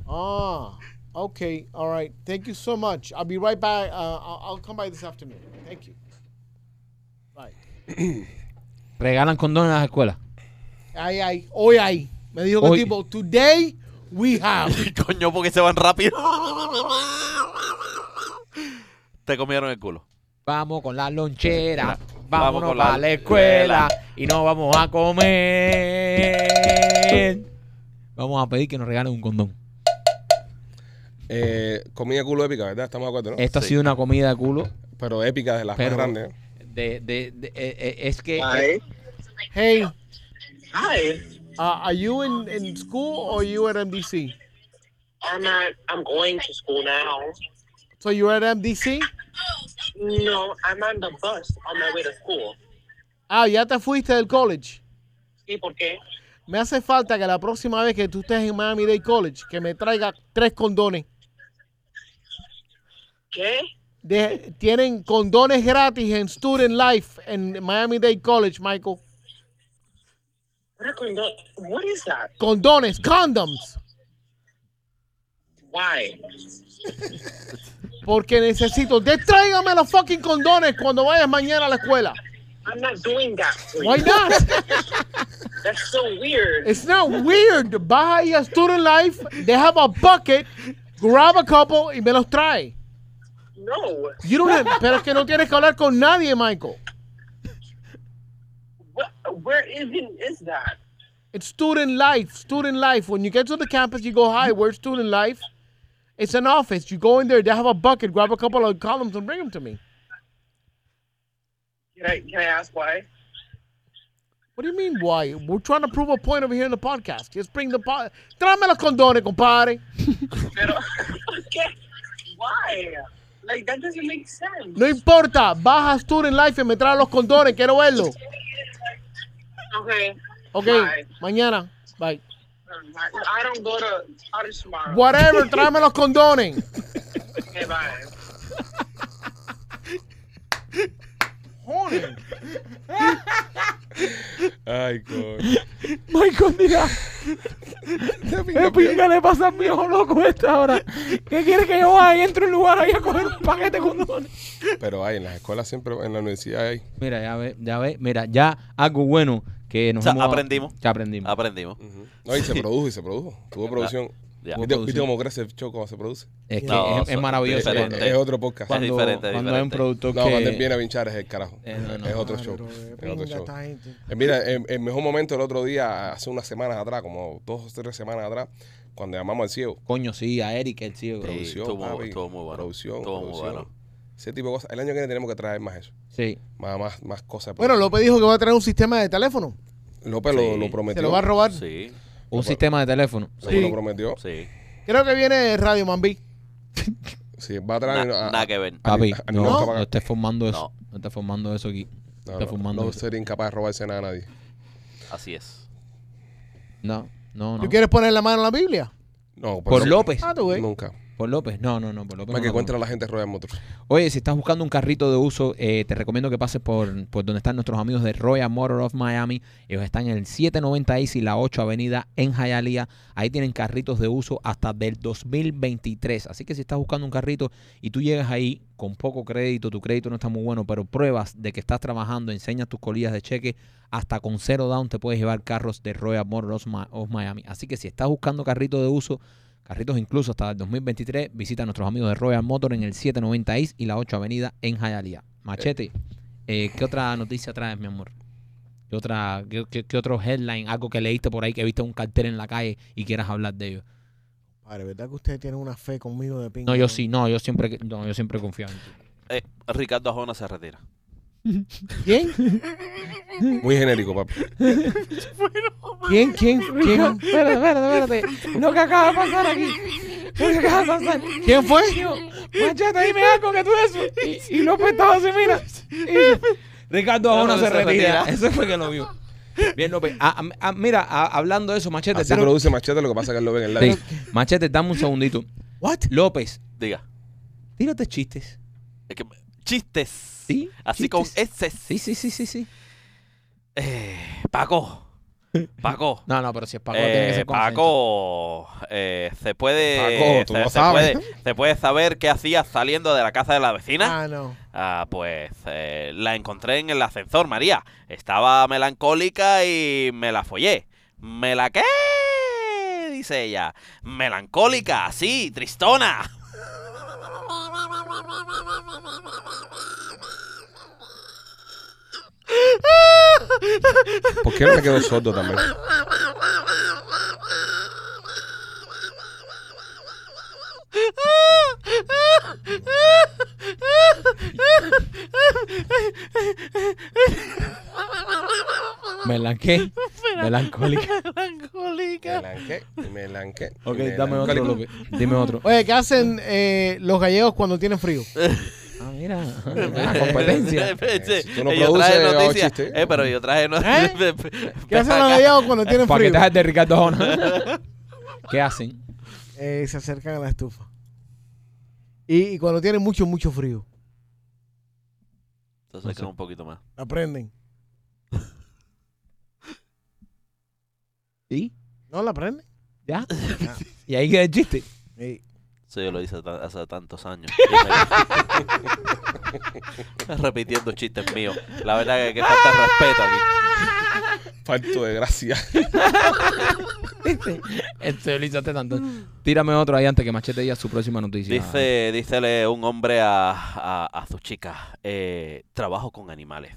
[SPEAKER 4] Ah, okay, all right. Thank you so much. I'll be right back. Uh, I'll, I'll come by this afternoon. Thank you. Bye.
[SPEAKER 2] Regalan condones en las escuelas.
[SPEAKER 4] Ay, ay, hoy ay. Me dijo
[SPEAKER 2] Hoy.
[SPEAKER 4] que tipo, today we have.
[SPEAKER 3] Coño, porque se van rápido. Te comieron el culo.
[SPEAKER 2] Vamos con la lonchera.
[SPEAKER 3] Vamos
[SPEAKER 2] Vámonos
[SPEAKER 3] con la
[SPEAKER 2] para la escuela. Y nos vamos a comer. Vamos a pedir que nos regalen un condón.
[SPEAKER 1] Eh, comida culo épica, ¿verdad? Estamos de acuerdo, ¿no?
[SPEAKER 2] Esto ha
[SPEAKER 3] Sí.
[SPEAKER 2] sido una comida de culo.
[SPEAKER 1] Pero épica de las
[SPEAKER 2] Pero-
[SPEAKER 1] más grandes. ¿eh?
[SPEAKER 2] De, de, de- eh, eh, es que.
[SPEAKER 5] Hi.
[SPEAKER 4] Hey, uh,
[SPEAKER 5] Hi.
[SPEAKER 4] are you in, in school or you at MDC?
[SPEAKER 5] I'm at, I'm going to school now.
[SPEAKER 4] So you're at MDC?
[SPEAKER 5] No, I'm on the bus on my way to school.
[SPEAKER 4] Ah, ya te fuiste del college.
[SPEAKER 5] ¿Y por qué?
[SPEAKER 4] Me hace falta que la próxima vez que tú estés en Miami Dade College, que me traiga tres condones.
[SPEAKER 5] ¿Qué?
[SPEAKER 4] De- tienen condones gratis en Student Life en Miami Dade College, Michael.
[SPEAKER 5] What, are condo- what is that?
[SPEAKER 4] Condones, condoms.
[SPEAKER 5] Why?
[SPEAKER 4] Porque necesito. De, tráigame los fucking condones cuando vayas mañana a la escuela.
[SPEAKER 5] I'm not doing that for
[SPEAKER 4] Why
[SPEAKER 5] you.
[SPEAKER 4] not?
[SPEAKER 5] That's so weird.
[SPEAKER 4] It's not weird. Vas ahí a Student Life, they have a bucket, grab a couple y me los trae.
[SPEAKER 5] No.
[SPEAKER 4] You don't have- pero es que no tienes que hablar con nadie, Michael.
[SPEAKER 5] Wh- where even is that?
[SPEAKER 4] It's student life, student life. When you get to the campus, you go, hi, where's student life? It's an office. You go in there, they have a bucket, grab a couple of columns and bring them to me.
[SPEAKER 5] Can I, can I ask why?
[SPEAKER 4] What do you mean, why? We're trying to prove a point over here in the podcast. Just bring the po- Tráeme los condones, compadre.
[SPEAKER 5] Pero, ¿qué? Why? Like, that doesn't make sense.
[SPEAKER 4] No importa, baja student life y me trae los condones, quiero verlo.
[SPEAKER 5] Okay.
[SPEAKER 4] Ok,
[SPEAKER 5] Bye.
[SPEAKER 4] mañana. Bye.
[SPEAKER 5] I don't go to college tomorrow.
[SPEAKER 4] Whatever, tráeme los condones.
[SPEAKER 5] Okay, bye.
[SPEAKER 4] Joder.
[SPEAKER 1] Ay, coño.
[SPEAKER 2] Michael, mira, ¿qué le pasa a mi hijo loco esta hora? ¿Qué quiere que yo vaya entro en lugar ahí a coger un paquete con condones?
[SPEAKER 1] Pero hay, en las escuelas siempre, en la universidad hay.
[SPEAKER 2] Mira, ya ve, ya ve, mira, ya algo bueno que nos
[SPEAKER 3] O sea,
[SPEAKER 2] hemos-
[SPEAKER 3] aprendimos.
[SPEAKER 2] Ya aprendimos.
[SPEAKER 3] Aprendimos.
[SPEAKER 1] No, y se produjo, y se produjo. Tuvo producción.
[SPEAKER 3] Ya.
[SPEAKER 1] ¿Viste, viste cómo crece el show, cómo se produce?
[SPEAKER 2] Es que
[SPEAKER 3] No,
[SPEAKER 2] es, es
[SPEAKER 3] son
[SPEAKER 1] Es,
[SPEAKER 2] maravilloso
[SPEAKER 3] diferentes.
[SPEAKER 2] cuando,
[SPEAKER 1] es- es otro podcast.
[SPEAKER 2] cuando,
[SPEAKER 3] diferente, es
[SPEAKER 2] cuando hay un
[SPEAKER 3] diferente.
[SPEAKER 2] productor
[SPEAKER 1] No,
[SPEAKER 2] que...
[SPEAKER 1] cuando él viene a pinchar es el carajo.
[SPEAKER 2] Eh, no, no.
[SPEAKER 1] es otro show. Es otro show. Eh, Mira, el, el mejor momento el otro día, hace unas semanas atrás, como dos o tres semanas atrás, cuando llamamos al ciego.
[SPEAKER 2] Coño, sí, a Eric, el ciego.
[SPEAKER 3] Sí.
[SPEAKER 1] Producción,
[SPEAKER 3] estuvo-
[SPEAKER 1] papi,
[SPEAKER 3] estuvo muy bueno.
[SPEAKER 1] Producción,
[SPEAKER 3] Estuvo muy
[SPEAKER 1] producción.
[SPEAKER 3] bueno.
[SPEAKER 1] Ese tipo de cosas. El año que viene tenemos que traer más eso.
[SPEAKER 2] Sí.
[SPEAKER 1] Más, más, más cosas.
[SPEAKER 4] Bueno, López dijo que va a traer un sistema de teléfono.
[SPEAKER 1] López
[SPEAKER 3] Sí.
[SPEAKER 1] lo, lo prometió.
[SPEAKER 4] Se lo va a robar.
[SPEAKER 3] Sí,
[SPEAKER 2] Un sistema de teléfono.
[SPEAKER 1] López
[SPEAKER 4] Sí.
[SPEAKER 1] lo prometió.
[SPEAKER 3] sí.
[SPEAKER 4] Creo que viene Radio Mambi.
[SPEAKER 1] Sí, va a
[SPEAKER 3] Na-
[SPEAKER 1] traer. a-
[SPEAKER 3] Nada que ver.
[SPEAKER 2] Papi,
[SPEAKER 1] a- a-
[SPEAKER 2] no,
[SPEAKER 1] no,
[SPEAKER 2] no, estés formando eso.
[SPEAKER 3] No.
[SPEAKER 2] No. estés formando eso aquí. No,
[SPEAKER 1] No,
[SPEAKER 2] estés
[SPEAKER 1] no,
[SPEAKER 2] formando
[SPEAKER 1] no
[SPEAKER 2] eso.
[SPEAKER 1] sería incapaz de robarse nada a nadie.
[SPEAKER 3] Así es.
[SPEAKER 2] No, no, no.
[SPEAKER 4] ¿Tú quieres poner la mano en la Biblia?
[SPEAKER 1] No,
[SPEAKER 2] Por López.
[SPEAKER 4] Ah, tú, eh.
[SPEAKER 1] Nunca.
[SPEAKER 2] Por López. No, no, no, por López.
[SPEAKER 1] Para
[SPEAKER 2] no
[SPEAKER 1] que
[SPEAKER 2] la
[SPEAKER 1] encuentre a la gente Royal Motors.
[SPEAKER 2] Oye, si estás buscando un carrito de uso, eh, te recomiendo que pases por, por donde están nuestros amigos de Royal Motor of Miami. Ellos están en el 790 East y la 8 Avenida en Hialeah. Ahí tienen carritos de uso hasta del 2023. Así que si estás buscando un carrito y tú llegas ahí con poco crédito, tu crédito no está muy bueno, pero pruebas de que estás trabajando, enseñas tus colillas de cheque, hasta con cero down te puedes llevar carros de Royal Motor of Mi- of Miami. Así que si estás buscando carrito de uso, Carritos incluso hasta el 2023. Visita a nuestros amigos de Royal Motor en el 790 East y la 8 Avenida en Hialeah. Machete, eh, ¿qué otra noticia traes, mi amor? ¿Qué, otra, qué, qué- qué otro headline, algo que leíste por ahí, que viste un cartel en la calle y quieras hablar de ello?
[SPEAKER 4] Padre, ¿verdad que ustedes tienen una fe conmigo de pinga?
[SPEAKER 2] No, yo sí, no, yo siempre, no, yo siempre confío en ti.
[SPEAKER 3] Eh, Ricardo Ajona se retira.
[SPEAKER 4] ¿Quién?
[SPEAKER 1] Muy genérico, papi.
[SPEAKER 4] ¿Quién? ¿Quién? ¿Quién?
[SPEAKER 6] Espérate, espérate, espérate. Lo que acaba de pasar aquí. Lo que acaba de pasar.
[SPEAKER 4] ¿Quién fue?
[SPEAKER 6] Tío, Machete, dime algo que tú eso. Y, y López estaba así, mira.
[SPEAKER 2] Ricardo
[SPEAKER 3] Ahora se retira.
[SPEAKER 2] Eso fue que lo vio. Bien, López. Ah, ah, mira, ah, hablando de eso, Machete,
[SPEAKER 1] Así
[SPEAKER 2] dame-
[SPEAKER 1] produce machete, lo que pasa es que él lo ve en el live.
[SPEAKER 2] Sí, Machete, dame un segundito.
[SPEAKER 4] What?
[SPEAKER 2] López,
[SPEAKER 3] Diga.
[SPEAKER 2] tírate chistes.
[SPEAKER 3] Es que- chistes.
[SPEAKER 2] Sí,
[SPEAKER 3] Así
[SPEAKER 2] chistes.
[SPEAKER 3] con S.
[SPEAKER 2] Sí, sí, sí, sí, sí.
[SPEAKER 3] Eh, Paco. Paco.
[SPEAKER 2] No, no, pero si es Paco, tiene que
[SPEAKER 3] Eh,
[SPEAKER 2] ser con acento.
[SPEAKER 3] Paco, eh, se puede,
[SPEAKER 1] Paco, tú
[SPEAKER 3] se,
[SPEAKER 1] lo
[SPEAKER 3] se
[SPEAKER 1] sabes.
[SPEAKER 3] puede, se puede saber qué hacías saliendo de la casa de la vecina.
[SPEAKER 4] Ah, no.
[SPEAKER 3] Ah, pues eh, la encontré en el ascensor, María. Estaba melancólica y me la follé. ¿Me la qué? Dice ella. Melancólica, así, tristona.
[SPEAKER 1] ¿Por qué me quedo sordo también?
[SPEAKER 2] Melanqué. Melancólica.
[SPEAKER 1] Me lanqué, me lanqué.
[SPEAKER 2] Ok,
[SPEAKER 1] me
[SPEAKER 2] dame otro,
[SPEAKER 1] lancólico.
[SPEAKER 2] Lupe. Dime otro.
[SPEAKER 4] Oye, ¿qué hacen eh, los gallegos cuando tienen frío?
[SPEAKER 2] Ah, mira. Ah, competencia.
[SPEAKER 3] Sí,
[SPEAKER 1] Si tú no
[SPEAKER 3] yo
[SPEAKER 1] produces,
[SPEAKER 3] traje
[SPEAKER 1] hago
[SPEAKER 3] noticias.
[SPEAKER 1] chiste.
[SPEAKER 3] Eh, pero yo traje noticias.
[SPEAKER 4] ¿Eh? ¿Qué hacen los gallegos cuando tienen frío?
[SPEAKER 2] Paquetajes de Ricardo Jona. ¿Qué hacen?
[SPEAKER 4] Eh, se acercan a la estufa. Y, y cuando tienen mucho, mucho frío,
[SPEAKER 3] Entonces, creo un poquito más.
[SPEAKER 4] la prenden.
[SPEAKER 2] ¿Y? Ah.
[SPEAKER 4] ¿No la prenden?
[SPEAKER 2] ¿Ya? Y ahí queda el chiste.
[SPEAKER 4] Sí.
[SPEAKER 3] Sí, yo lo hice ta- hace tantos años. Estás Repitiendo chistes míos. La verdad que, que falta de respeto aquí.
[SPEAKER 1] Falto de gracia.
[SPEAKER 2] Este lo hizaste tanto. Tírame otro ahí antes que Machete diga su próxima noticia.
[SPEAKER 3] Dice, dícele un hombre a, a- a su chica, eh, trabajo con animales.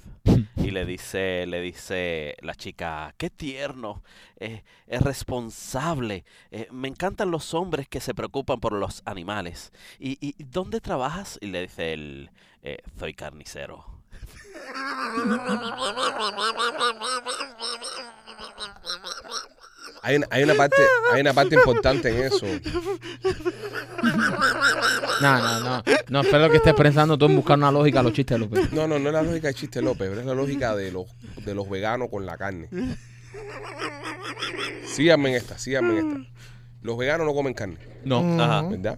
[SPEAKER 3] Y le dice, le dice la chica, qué tierno, eh, es responsable. eh, me encantan los hombres que se preocupan por los animales. ¿Y, y dónde trabajas? Y le dice él, "Eh, soy carnicero.
[SPEAKER 1] Hay una, hay una parte, hay una parte importante en eso.
[SPEAKER 2] No, no, no. No, espero que estés pensando tú en buscar una lógica a los chistes, López.
[SPEAKER 1] No, no, no es la lógica de Chiste López, pero es la lógica de los, de los veganos con la carne. Síganme en esta, síganme en esta. Los veganos no comen carne,
[SPEAKER 4] Mm.
[SPEAKER 2] No.
[SPEAKER 3] Ajá.
[SPEAKER 1] ¿verdad?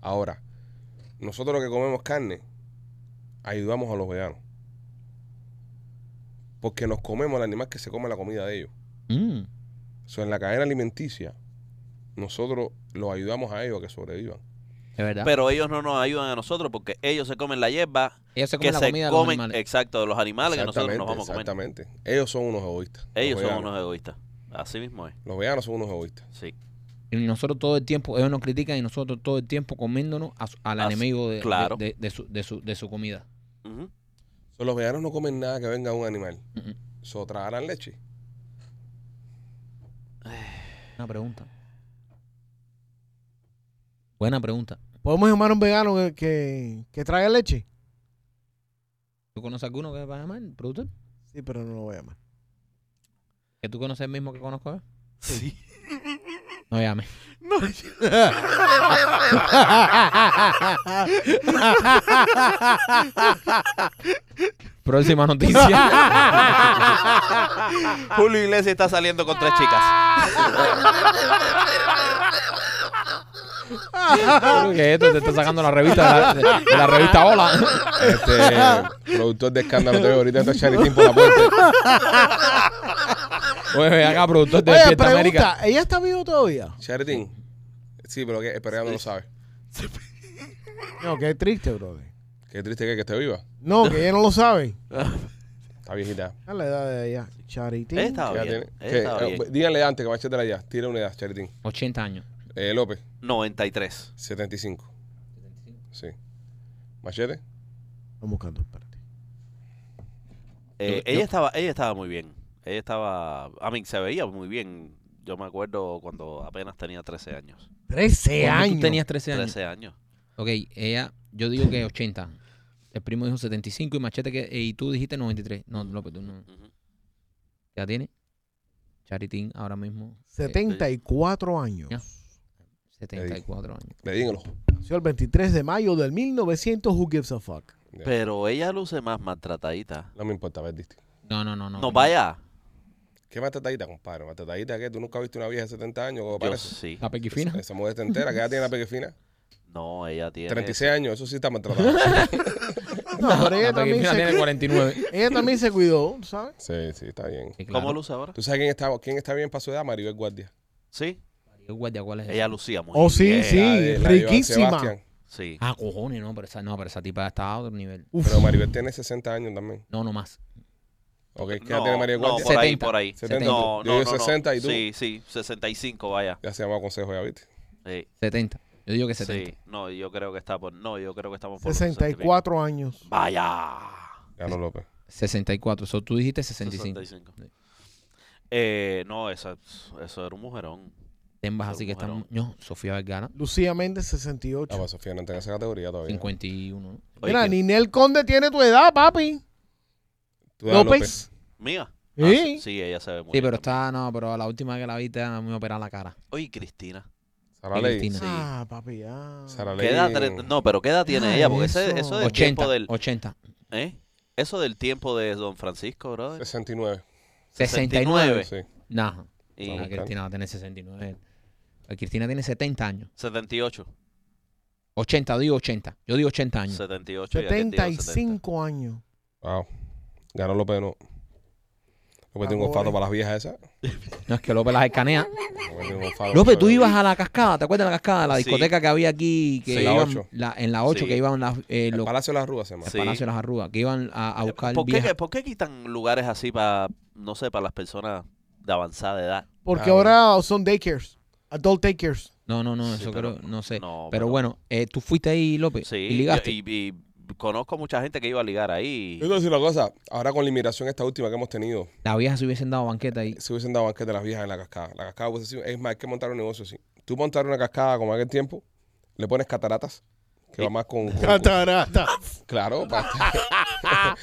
[SPEAKER 1] Ahora, nosotros los que comemos carne, ayudamos a los veganos. Porque nos comemos el animal que se come la comida de ellos.
[SPEAKER 2] Mm.
[SPEAKER 1] O sea, en la cadena alimenticia, nosotros los ayudamos a ellos a que sobrevivan.
[SPEAKER 2] Es verdad.
[SPEAKER 3] Pero ellos no nos ayudan a nosotros porque ellos se comen la hierba
[SPEAKER 2] Ellos se
[SPEAKER 3] que
[SPEAKER 2] comen la
[SPEAKER 3] se
[SPEAKER 2] comida de los
[SPEAKER 3] comen,
[SPEAKER 2] animales.
[SPEAKER 3] exacto, de los animales Ah, que nosotros nos vamos a comer.
[SPEAKER 1] exactamente. Ellos son unos egoístas. los
[SPEAKER 3] Ellos son
[SPEAKER 1] veganos.
[SPEAKER 3] unos egoístas. Así mismo es.
[SPEAKER 1] Los veganos son unos egoístas.
[SPEAKER 3] Sí.
[SPEAKER 2] Y nosotros todo el tiempo, ellos nos critican y nosotros todo el tiempo comiéndonos a su- al
[SPEAKER 3] Así,
[SPEAKER 2] enemigo de, de-
[SPEAKER 3] claro.
[SPEAKER 2] de, de su, de, su, de su comida.
[SPEAKER 3] Ujú.
[SPEAKER 1] So, los veganos no comen nada que venga de un animal.
[SPEAKER 2] Mm, mm.
[SPEAKER 1] So, tragarán leche.
[SPEAKER 2] Una pregunta. Buena pregunta.
[SPEAKER 4] ¿Podemos llamar a un vegano que, que, que traiga leche?
[SPEAKER 2] ¿Tú conoces alguno que va a llamar, productor?
[SPEAKER 4] Sí, pero no lo voy a llamar.
[SPEAKER 2] ¿Que tú conoces el mismo que conozco yo?
[SPEAKER 3] Sí.
[SPEAKER 2] No llame. Próxima noticia.
[SPEAKER 4] Ah.
[SPEAKER 3] Julio Iglesias está saliendo con tres chicas.
[SPEAKER 2] Creo que esto te está sacando la revista de la, de la revista Hola.
[SPEAKER 1] Este productor de escándalo TV ahorita está charitín por la puerta.
[SPEAKER 2] Oye, ven acá, productor de
[SPEAKER 4] Oye,
[SPEAKER 2] Despierta América.
[SPEAKER 4] pregunta, ¿ella está viva todavía?
[SPEAKER 1] Charitín. Sí, pero, que, pero ella no lo sabe.
[SPEAKER 4] No, qué triste, brother.
[SPEAKER 1] Qué triste que, es que esté viva.
[SPEAKER 4] No, que ella no lo sabe.
[SPEAKER 1] Está viejita.
[SPEAKER 4] A la edad de ella. Charitín.
[SPEAKER 3] Ella estaba
[SPEAKER 1] Ya
[SPEAKER 3] bien.
[SPEAKER 1] tiene-
[SPEAKER 3] ella
[SPEAKER 1] que-
[SPEAKER 3] estaba
[SPEAKER 1] eh,
[SPEAKER 3] bien.
[SPEAKER 1] díganle antes que machete la ya. Tira una edad, Charitín.
[SPEAKER 2] 80 años.
[SPEAKER 1] Eh, López,
[SPEAKER 3] 93.
[SPEAKER 1] 75. Sí. Machete,
[SPEAKER 4] Vamos buscando, espérate.
[SPEAKER 3] Eh, ella estaba ella estaba muy bien. Ella estaba, a mí se veía muy bien. Yo me acuerdo cuando apenas tenía 13 años.
[SPEAKER 4] 13
[SPEAKER 2] Cuando
[SPEAKER 4] años.
[SPEAKER 2] Tú tenías 13 años.
[SPEAKER 3] 13 años.
[SPEAKER 2] Ok, ella, yo digo que 80. El primo dijo 75 y Machete que y tú dijiste 93. No, López, tú no.
[SPEAKER 3] Ujú.
[SPEAKER 2] ¿Ya tiene? Charitín ahora mismo. eh,
[SPEAKER 4] 74 años.
[SPEAKER 2] Ya. 74 años.
[SPEAKER 1] le di en el ojo.
[SPEAKER 4] Nació el 23 de mayo del 1900. Who gives a fuck?
[SPEAKER 3] Pero ella luce más maltratadita.
[SPEAKER 1] No me importa, Verdiste.
[SPEAKER 2] No, no, no, no.
[SPEAKER 3] No vaya.
[SPEAKER 1] ¿Qué más tratadita, compadre? ¿Más tratadita qué? ¿Tú nunca viste una vieja de 70 años? como
[SPEAKER 3] Yo
[SPEAKER 1] parece?
[SPEAKER 3] sí.
[SPEAKER 2] La pequifina.
[SPEAKER 1] Esa, esa mujer está entera. ¿Qué edad tiene la pequeñina?
[SPEAKER 3] No, ella tiene
[SPEAKER 1] 36 años. Eso sí está maltratada.
[SPEAKER 4] No, pero ella,
[SPEAKER 2] La
[SPEAKER 4] también
[SPEAKER 2] Pequifina tiene
[SPEAKER 4] se,
[SPEAKER 2] 49.
[SPEAKER 4] ella también se cuidó, ¿sabes?
[SPEAKER 1] Sí, sí, está bien.
[SPEAKER 2] Sí, claro.
[SPEAKER 3] ¿Cómo luce ahora?
[SPEAKER 1] ¿Tú sabes quién está, quién está bien para su edad? Maribel Guardia.
[SPEAKER 3] Sí.
[SPEAKER 2] Guardia, ¿cuál es
[SPEAKER 3] Ella
[SPEAKER 2] esa?
[SPEAKER 3] lucía muy
[SPEAKER 4] Oh, sí,
[SPEAKER 3] bien.
[SPEAKER 4] sí,
[SPEAKER 1] Eh, La de- la de Joan
[SPEAKER 4] riquísima.
[SPEAKER 1] Sebastián.
[SPEAKER 3] Sí.
[SPEAKER 2] Ah, cojones, no, pero esa, no, pero esa tipa está a otro nivel.
[SPEAKER 4] Uf.
[SPEAKER 1] Pero Maribel tiene 60 años también.
[SPEAKER 2] No, no más.
[SPEAKER 1] Ok, ¿qué edad
[SPEAKER 3] No,
[SPEAKER 1] tiene Maribel
[SPEAKER 3] no,
[SPEAKER 1] Guardia?
[SPEAKER 3] por ahí,
[SPEAKER 2] 70.
[SPEAKER 3] por ahí.
[SPEAKER 1] 70.
[SPEAKER 3] No,
[SPEAKER 1] Yo
[SPEAKER 3] no,
[SPEAKER 1] digo
[SPEAKER 3] no, no.
[SPEAKER 1] 60 y tú.
[SPEAKER 3] Sí, sí, 65, vaya. Eh,
[SPEAKER 1] Ya se llama consejo, ya viste.
[SPEAKER 3] Sí,
[SPEAKER 2] 70. Yo digo que 70.
[SPEAKER 3] sí. No, yo creo que está por... No, yo creo que estamos por... los
[SPEAKER 4] 64 años.
[SPEAKER 3] Vaya.
[SPEAKER 1] Gano López.
[SPEAKER 2] 64. So, tú dijiste 65.
[SPEAKER 3] 65. Eh, no, esa, eso era un mujerón.
[SPEAKER 2] Tembas, así que está.
[SPEAKER 3] Mujerón.
[SPEAKER 2] No, Sofía Vergara,
[SPEAKER 4] Lucía Méndez,
[SPEAKER 1] Ah,
[SPEAKER 4] 68.
[SPEAKER 1] pues Sofía no está en esa categoría todavía.
[SPEAKER 2] 51. ¿no?
[SPEAKER 3] Oye,
[SPEAKER 4] Mira,
[SPEAKER 3] que-
[SPEAKER 4] Ninel Conde tiene tu edad, papi.
[SPEAKER 1] Tú, Ana
[SPEAKER 4] López.
[SPEAKER 3] Mía.
[SPEAKER 4] Sí.
[SPEAKER 3] Ah, sí, sí, ella se ve muy
[SPEAKER 2] Sí, pero
[SPEAKER 3] bien también.
[SPEAKER 2] está. No, pero la última que la vi te me operar la cara.
[SPEAKER 3] Oye, Cristina.
[SPEAKER 1] Sara Ley.
[SPEAKER 2] Cristina.
[SPEAKER 4] Ah, papi, ya.
[SPEAKER 1] Sara
[SPEAKER 3] ¿Qué
[SPEAKER 1] Ley.
[SPEAKER 3] edad tre- No, pero ¿qué edad tiene
[SPEAKER 4] Ah,
[SPEAKER 3] ella? Porque
[SPEAKER 4] eso.
[SPEAKER 3] Ese, eso del tiempo
[SPEAKER 2] 80.
[SPEAKER 3] del...
[SPEAKER 2] 80.
[SPEAKER 3] ¿eh? Eso del tiempo de Don Francisco, brother.
[SPEAKER 1] 69.
[SPEAKER 2] 69.
[SPEAKER 1] Sí.
[SPEAKER 2] Nah.
[SPEAKER 3] Y
[SPEAKER 1] Vamos.
[SPEAKER 2] Ah, Cristina va a tener 69. Ah, Cristina tiene 70 años.
[SPEAKER 3] 78.
[SPEAKER 2] 80, digo 80. Yo digo 80 años.
[SPEAKER 3] 78. y aquel tío 70.
[SPEAKER 4] 75 años.
[SPEAKER 1] Wow. Ganó López no. López tiene un
[SPEAKER 4] Ahora.
[SPEAKER 1] olfato para las viejas esas.
[SPEAKER 2] No es que López las escanea.
[SPEAKER 1] López, tiene un olfato
[SPEAKER 2] López,
[SPEAKER 1] para
[SPEAKER 2] tú
[SPEAKER 1] eso.
[SPEAKER 2] ibas a la cascada, ¿te acuerdas de la cascada? La
[SPEAKER 3] Sí.
[SPEAKER 2] discoteca que había aquí, que
[SPEAKER 1] Sí. La
[SPEAKER 2] iban,
[SPEAKER 1] ocho.
[SPEAKER 2] la- en la 8,
[SPEAKER 3] Sí.
[SPEAKER 2] que iban las, eh,
[SPEAKER 1] El
[SPEAKER 2] los
[SPEAKER 1] Palacio de las Rúas se llama.
[SPEAKER 3] Sí. Eh,
[SPEAKER 2] Palacio de las Arrugas, que iban a, a buscar
[SPEAKER 3] ¿Por qué,
[SPEAKER 2] viejas.
[SPEAKER 3] ¿Por qué quitan lugares así para, no sé, para las personas de avanzada edad?
[SPEAKER 4] Porque
[SPEAKER 1] Ah,
[SPEAKER 4] ahora son daycares. Adult daycares.
[SPEAKER 2] No, no, no,
[SPEAKER 3] Sí,
[SPEAKER 2] eso
[SPEAKER 3] pero-
[SPEAKER 2] creo, no sé.
[SPEAKER 3] no,
[SPEAKER 2] pero
[SPEAKER 3] pero-
[SPEAKER 2] bueno, eh, tú fuiste ahí, López,
[SPEAKER 3] Sí.
[SPEAKER 2] y ligaste.
[SPEAKER 3] Y, y conozco mucha gente que iba a ligar ahí.
[SPEAKER 1] Yo te voy a decir una cosa. Ahora con la inmigración esta última que hemos tenido,
[SPEAKER 2] Las viejas se hubiesen dado banqueta ahí.
[SPEAKER 1] se hubiesen dado banquetas de las viejas en la cascada. La cascada hubiese sido... Es más, hay que montar un negocio así. Tú montar una cascada como aquel tiempo, le pones cataratas, que va más con... con- con-
[SPEAKER 4] Catarata.
[SPEAKER 1] claro, para... para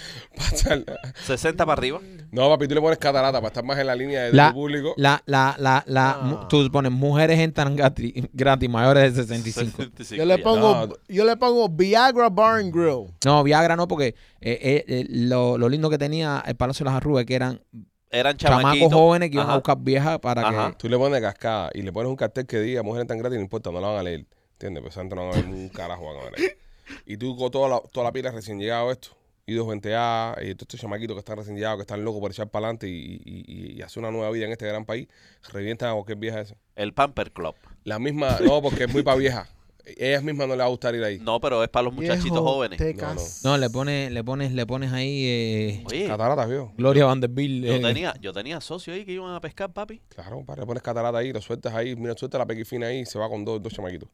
[SPEAKER 1] estar-
[SPEAKER 3] 60 para arriba.
[SPEAKER 1] No, papi, tú le pones catarata para estar más en la línea del
[SPEAKER 2] La,
[SPEAKER 1] público.
[SPEAKER 2] la, la, la, la,
[SPEAKER 3] Ah.
[SPEAKER 2] mu- tú pones mujeres entran gratis, gratis mayores de 65.
[SPEAKER 3] 65,
[SPEAKER 4] Yo le
[SPEAKER 3] ya.
[SPEAKER 4] pongo,
[SPEAKER 1] No.
[SPEAKER 4] yo le pongo Viagra Bar and Grill.
[SPEAKER 2] No, Viagra no, porque eh, eh, eh, lo, lo lindo que tenía el Palacio de las Arrugas que eran
[SPEAKER 3] Eran
[SPEAKER 2] chamacos
[SPEAKER 3] chamaquitos.
[SPEAKER 2] jóvenes que iban a
[SPEAKER 3] Ajá.
[SPEAKER 2] buscar viejas para
[SPEAKER 3] Ajá.
[SPEAKER 2] que...
[SPEAKER 1] Tú le pones cascada y le pones un cartel que diga mujeres tan gratis, no importa, no la van a leer. ¿Entiendes? Pues antes no van a ver un carajo van a ver ahí. Y tú con toda la, toda la pila recién llegado a esto, y dos gente a y todos estos chamaquitos que están recién llegados, que están locos por echar para adelante y, y, y- y hacer una nueva vida en este gran país, revientan a cualquier vieja esa.
[SPEAKER 3] El Pamper Club.
[SPEAKER 1] La misma, no, porque es muy para vieja. Ellas mismas no les va a gustar ir ahí.
[SPEAKER 3] No, pero es para los muchachitos
[SPEAKER 4] Viejo,
[SPEAKER 3] jóvenes.
[SPEAKER 4] te
[SPEAKER 1] No,
[SPEAKER 4] cas-
[SPEAKER 2] No, le pones, le pones, le pones ahí eh,
[SPEAKER 3] Oye,
[SPEAKER 1] Cataratas, viejo.
[SPEAKER 2] Gloria Vanderbilt.
[SPEAKER 3] yo
[SPEAKER 2] eh,
[SPEAKER 3] tenía, yo tenía socios ahí que iban a pescar, papi.
[SPEAKER 1] Claro, compadre, le pones catarata ahí, lo sueltas ahí, mira, suelta la pequifina ahí y se va con dos, dos chamaquitos.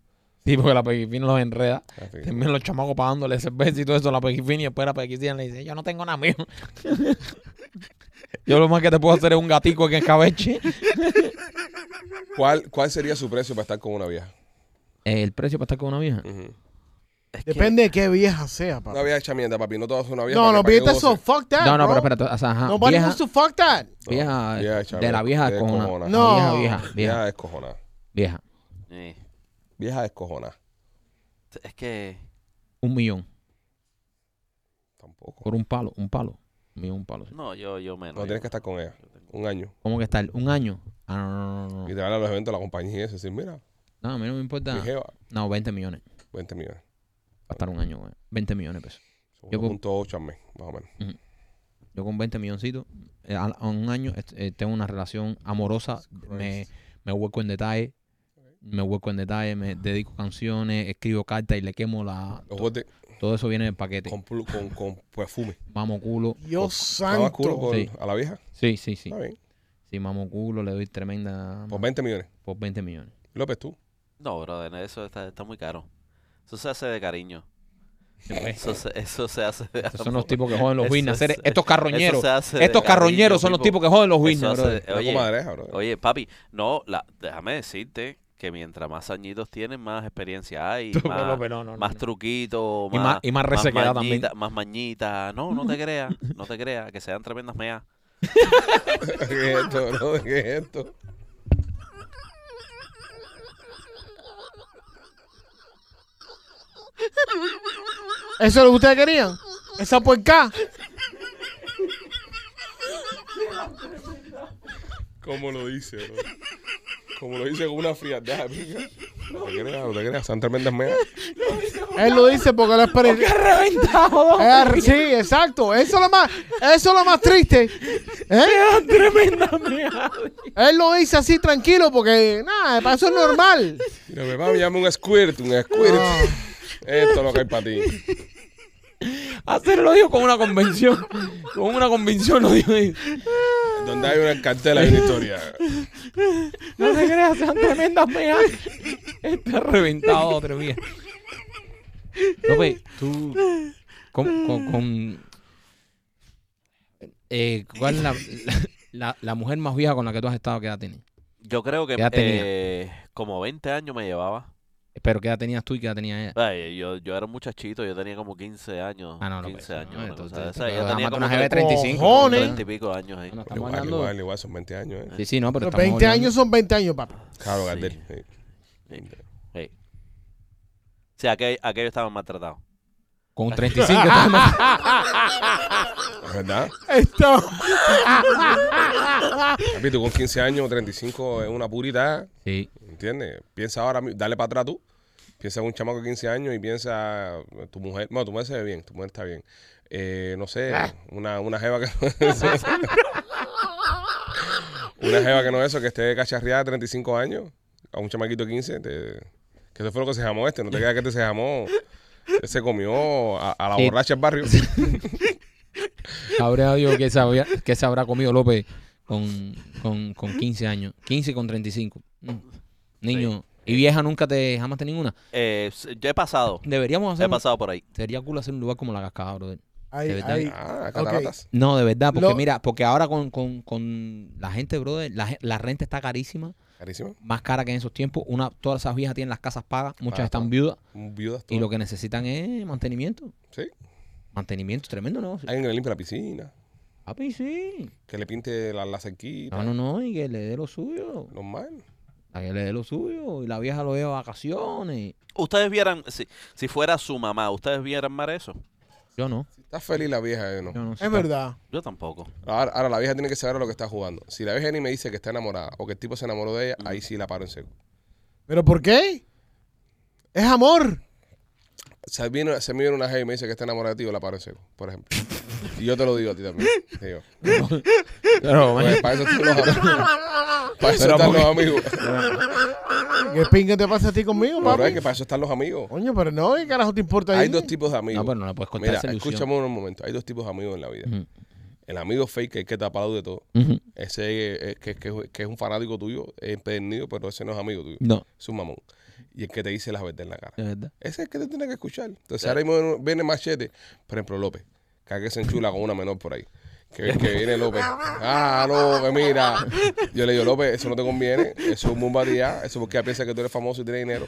[SPEAKER 2] Sí, porque la pequifina los enreda.
[SPEAKER 1] Así que-
[SPEAKER 2] Terminan los chamacos pagándole cerveza y todo eso a la pequifina y después la pequifina le dice, yo no tengo nada mío. yo lo más que te puedo hacer es un gatico en escabeche.
[SPEAKER 1] ¿Cuál, ¿Cuál sería su precio para estar con una vieja?
[SPEAKER 2] Eh, El precio para estar con una vieja.
[SPEAKER 1] Ujú.
[SPEAKER 3] Es que-
[SPEAKER 4] Depende de qué vieja sea,
[SPEAKER 1] Una
[SPEAKER 4] papá.
[SPEAKER 1] vieja hecha mierda, papi. No todas son una vieja.
[SPEAKER 4] Ah. No,
[SPEAKER 1] para que-
[SPEAKER 4] no,
[SPEAKER 1] para que
[SPEAKER 4] viste
[SPEAKER 1] goce.
[SPEAKER 4] eso. Fuck that.
[SPEAKER 2] No, no, pero
[SPEAKER 4] bro.
[SPEAKER 2] espérate, o sea, ajá,
[SPEAKER 4] Nobody
[SPEAKER 2] vieja,
[SPEAKER 4] wants to fuck that.
[SPEAKER 2] vieja,
[SPEAKER 1] Vieja hecha
[SPEAKER 2] de
[SPEAKER 1] mierda,
[SPEAKER 2] la vieja descojonada.
[SPEAKER 1] descojonada.
[SPEAKER 4] No.
[SPEAKER 2] Vieja, vieja, vieja,
[SPEAKER 1] Vieja descojonada.
[SPEAKER 2] vieja.
[SPEAKER 3] Eh,
[SPEAKER 1] Vieja descojonada.
[SPEAKER 3] es que...
[SPEAKER 2] Un millón
[SPEAKER 1] Tampoco.
[SPEAKER 2] por un palo, un palo. Un millón, un palo. sí.
[SPEAKER 3] No, yo, yo menos.
[SPEAKER 1] No tienes que estar con ella. Un año.
[SPEAKER 2] ¿Cómo que está? el- ¿Un año? Ah, no, no, no, no,
[SPEAKER 1] Y
[SPEAKER 2] no.
[SPEAKER 1] te van a los eventos de la compañía y eso. Decir, mira,
[SPEAKER 2] No, a mí no me importa.
[SPEAKER 1] mi jeva,
[SPEAKER 2] No, 20 millones.
[SPEAKER 1] 20 millones.
[SPEAKER 2] Va a estar un año, güey. 20 millones de pesos.
[SPEAKER 1] Son
[SPEAKER 2] Yo
[SPEAKER 1] 1.8 al mes, más o menos.
[SPEAKER 2] Yo con 20 milloncitos, eh, a, a un año, est- eh, tengo una relación amorosa, me, me hueco en detalle, me hueco en detalle, me dedico canciones, escribo cartas y le quemo la...
[SPEAKER 1] Los
[SPEAKER 2] to-
[SPEAKER 1] botes
[SPEAKER 2] todo eso viene en el paquete.
[SPEAKER 1] con, plu- con, con perfume.
[SPEAKER 2] Mamo culo.
[SPEAKER 4] Dios
[SPEAKER 1] Lavas culo
[SPEAKER 4] santo.
[SPEAKER 1] con-
[SPEAKER 2] Sí.
[SPEAKER 1] a la vieja.
[SPEAKER 2] Sí, sí, sí.
[SPEAKER 1] Está bien.
[SPEAKER 2] Sí, mamo culo, le doy tremenda...
[SPEAKER 1] Por 20 millones.
[SPEAKER 2] por 20 millones.
[SPEAKER 1] López, tú.
[SPEAKER 3] No, brother, eso está, está muy caro. Eso se hace de cariño.
[SPEAKER 2] Esos
[SPEAKER 3] Eso se, eso se hace de
[SPEAKER 2] son
[SPEAKER 3] amor.
[SPEAKER 2] los tipos que joden los
[SPEAKER 3] Eso
[SPEAKER 2] business.
[SPEAKER 3] se-
[SPEAKER 2] Estos carroñeros.
[SPEAKER 3] eso se hace de
[SPEAKER 2] Estos
[SPEAKER 3] cariño,
[SPEAKER 2] carroñeros son los
[SPEAKER 3] tipo.
[SPEAKER 2] tipos que joden los
[SPEAKER 3] Eso
[SPEAKER 2] business,
[SPEAKER 3] hace
[SPEAKER 2] brother.
[SPEAKER 3] de-
[SPEAKER 1] Oye.
[SPEAKER 3] oye,
[SPEAKER 1] comadreja, ¿eh, bro.
[SPEAKER 3] oye, papi, no, la, déjame decirte que mientras más añitos tienen, más experiencia hay,
[SPEAKER 2] Tú,
[SPEAKER 3] más,
[SPEAKER 2] López, no, no, no,
[SPEAKER 3] más
[SPEAKER 2] no.
[SPEAKER 3] truquito,
[SPEAKER 2] Y
[SPEAKER 3] más,
[SPEAKER 2] más- y más resequedad también.
[SPEAKER 3] mañita- Más mañita. No, no te creas, no te creas, que sean tremendas meas.
[SPEAKER 1] ¿Qué es esto, bro? ¿Qué es esto?
[SPEAKER 4] ¿Eso es lo que ustedes querían? ¿Esa puerca?
[SPEAKER 1] ¿Cómo lo dice, bro? Como lo dice con una frialdad, pica. No te creas, no te creas. Son tremendas meas.
[SPEAKER 4] Él lo dice porque la experiencia.
[SPEAKER 6] reventado!
[SPEAKER 4] Eh, sí, exacto. Eso es lo más, eso es lo más triste. ¿Eh?
[SPEAKER 6] ¡Tremenda mierda!
[SPEAKER 4] Él lo dice así tranquilo porque, nada, para eso es normal.
[SPEAKER 1] Mira, me va a llamar un squirt, un squirt.
[SPEAKER 4] Ah.
[SPEAKER 1] Esto es lo que hay para ti.
[SPEAKER 2] Hacerlo lo dijo con una convención. Con una convención lo dijo.
[SPEAKER 1] Donde hay una cartela hay una historia.
[SPEAKER 2] No te creas, sean tremendas meas. Está reventado otro día. López, tú. Con. con, con- eh, ¿Cuál es la, la, la mujer más vieja con la que tú has estado? ¿Qué edad tenía?
[SPEAKER 3] Yo creo que
[SPEAKER 2] ¿Qué edad tenía?
[SPEAKER 3] eh, como 20 años me llevaba.
[SPEAKER 2] Pero ¿qué edad tenías tú y qué edad tenía ella?
[SPEAKER 3] Ay, yo, yo era un muchachito, yo tenía como 15 años.
[SPEAKER 2] Ah, no, no,
[SPEAKER 3] 15
[SPEAKER 2] pues,
[SPEAKER 3] años.
[SPEAKER 2] no,
[SPEAKER 3] una
[SPEAKER 2] tú-
[SPEAKER 3] cosa
[SPEAKER 2] tú-
[SPEAKER 3] de esa.
[SPEAKER 2] pero
[SPEAKER 3] Yo
[SPEAKER 2] además
[SPEAKER 3] tenía
[SPEAKER 2] tú
[SPEAKER 3] como
[SPEAKER 2] una jeva de 35.
[SPEAKER 4] cojones.
[SPEAKER 3] 30 y pico años. ahí.
[SPEAKER 2] Bueno, estamos
[SPEAKER 1] Igual,
[SPEAKER 2] hablando.
[SPEAKER 1] igual, igual, son 20 años. ¿eh?
[SPEAKER 2] Sí, sí, no, pero
[SPEAKER 4] Los
[SPEAKER 2] estamos
[SPEAKER 4] 20
[SPEAKER 2] hablando-
[SPEAKER 4] años son 20 años, papá.
[SPEAKER 1] Claro,
[SPEAKER 3] Sí.
[SPEAKER 1] Gardel. sí.
[SPEAKER 3] Sí. Sí. Sí, aquello, aquello estaba maltratado.
[SPEAKER 2] Con 35 estamos-
[SPEAKER 1] ¿Verdad?
[SPEAKER 4] Esto.
[SPEAKER 1] Papi, tú con 15 años, 35 es una purita,
[SPEAKER 2] Sí.
[SPEAKER 1] ¿entiendes? Piensa ahora, mi- dale para atrás tú. Piensa en un chamaco de 15 años y piensa eh, tu mujer. Bueno, tu mujer se ve bien, tu mujer está bien. Eh, no sé, una, una jeva que no es eso. Una jeva que no es eso, que esté cacharreada de 35 años, a un chamaquito de 15, te- que eso fue lo que se llamó este, no te queda que este se llamó. Se comió a, a la
[SPEAKER 2] Sí.
[SPEAKER 1] borracha del barrio.
[SPEAKER 2] Sabrá Dios qué sabía- qué se habrá comido López con, con, con 15 años. 15 con 35. Mm. Niño. ¿Y vieja nunca te jamás te ninguna?
[SPEAKER 3] Eh, s- yo he pasado.
[SPEAKER 2] Deberíamos
[SPEAKER 3] He
[SPEAKER 2] hacer.
[SPEAKER 3] pasado por ahí.
[SPEAKER 2] Sería cool hacer un lugar como la cascada, brother.
[SPEAKER 4] Ay,
[SPEAKER 2] De verdad.
[SPEAKER 4] ay.
[SPEAKER 1] Ah, cataratas.
[SPEAKER 2] No, de verdad, porque
[SPEAKER 4] Lo-
[SPEAKER 2] mira, porque ahora con, con, con la gente, brother, la, gen- la renta está carísima,
[SPEAKER 1] Carísimo.
[SPEAKER 2] más cara que en esos tiempos. Una, todas esas viejas tienen las casas pagas, muchas
[SPEAKER 1] Claro.
[SPEAKER 2] están viudas
[SPEAKER 1] Viudas
[SPEAKER 2] y lo
[SPEAKER 1] todas.
[SPEAKER 2] que necesitan es mantenimiento.
[SPEAKER 1] Sí.
[SPEAKER 2] Mantenimiento, tremendo negocio.
[SPEAKER 1] Alguien que le limpia la piscina.
[SPEAKER 2] Papi, sí.
[SPEAKER 1] Que le pinte la, la cerquita.
[SPEAKER 2] No, no, no, y que le dé lo suyo.
[SPEAKER 1] Normal.
[SPEAKER 2] A que le dé lo suyo. Y la vieja lo lleva a vacaciones.
[SPEAKER 3] Ustedes vieran, si, si fuera su mamá, ¿ustedes vieran más eso?
[SPEAKER 2] Yo no.
[SPEAKER 1] Está feliz la vieja, eh, ¿no?
[SPEAKER 2] Yo no
[SPEAKER 4] Es verdad.
[SPEAKER 3] Yo tampoco.
[SPEAKER 1] Ahora, ahora la vieja tiene que saber a lo que está jugando. Si la vieja ni me dice que está enamorada o que el tipo se enamoró de ella, ahí sí la paro en seco.
[SPEAKER 4] ¿Pero por qué? Es amor.
[SPEAKER 1] Se, viene, se me viene una jefa y me dice que está enamorada de ti, yo la paro en seco, por ejemplo. y yo te lo digo a ti también. Digo,
[SPEAKER 2] Pero,
[SPEAKER 1] pues, para eso están los amigos. Para eso
[SPEAKER 2] Pero,
[SPEAKER 1] están
[SPEAKER 2] ¿por
[SPEAKER 1] los amigos.
[SPEAKER 4] ¿Qué pinga te pasa a ti conmigo,
[SPEAKER 1] Pero es
[SPEAKER 4] papi?
[SPEAKER 1] que para eso están los amigos.
[SPEAKER 4] Coño, pero no, ¿qué carajo te importa?
[SPEAKER 1] Hay
[SPEAKER 4] ahí?
[SPEAKER 1] dos tipos de amigos.
[SPEAKER 2] No, pero no le puedes contar
[SPEAKER 1] Mira,
[SPEAKER 2] esa ilusión.
[SPEAKER 1] escúchame un momento. Hay dos tipos de amigos en la vida.
[SPEAKER 2] Ujú.
[SPEAKER 1] El amigo fake que hay que taparlo de todo.
[SPEAKER 2] Ujú.
[SPEAKER 1] Ese eh, que, que- que es un fanático tuyo, es empedernido, pero ese no es amigo tuyo.
[SPEAKER 2] No,
[SPEAKER 1] Es un mamón. Y el que te dice las verdades en la cara.
[SPEAKER 2] de verdad.
[SPEAKER 1] Ese es el que te tiene que escuchar. Entonces ahora mismo viene Machete, por ejemplo, López, cada que se enchula con una menor por ahí. Que, que viene López. Ah, no, que mira. Yo le digo, López, eso no te conviene. Eso es un bombardear. Eso porque ella piensa que tú eres famoso y tienes dinero.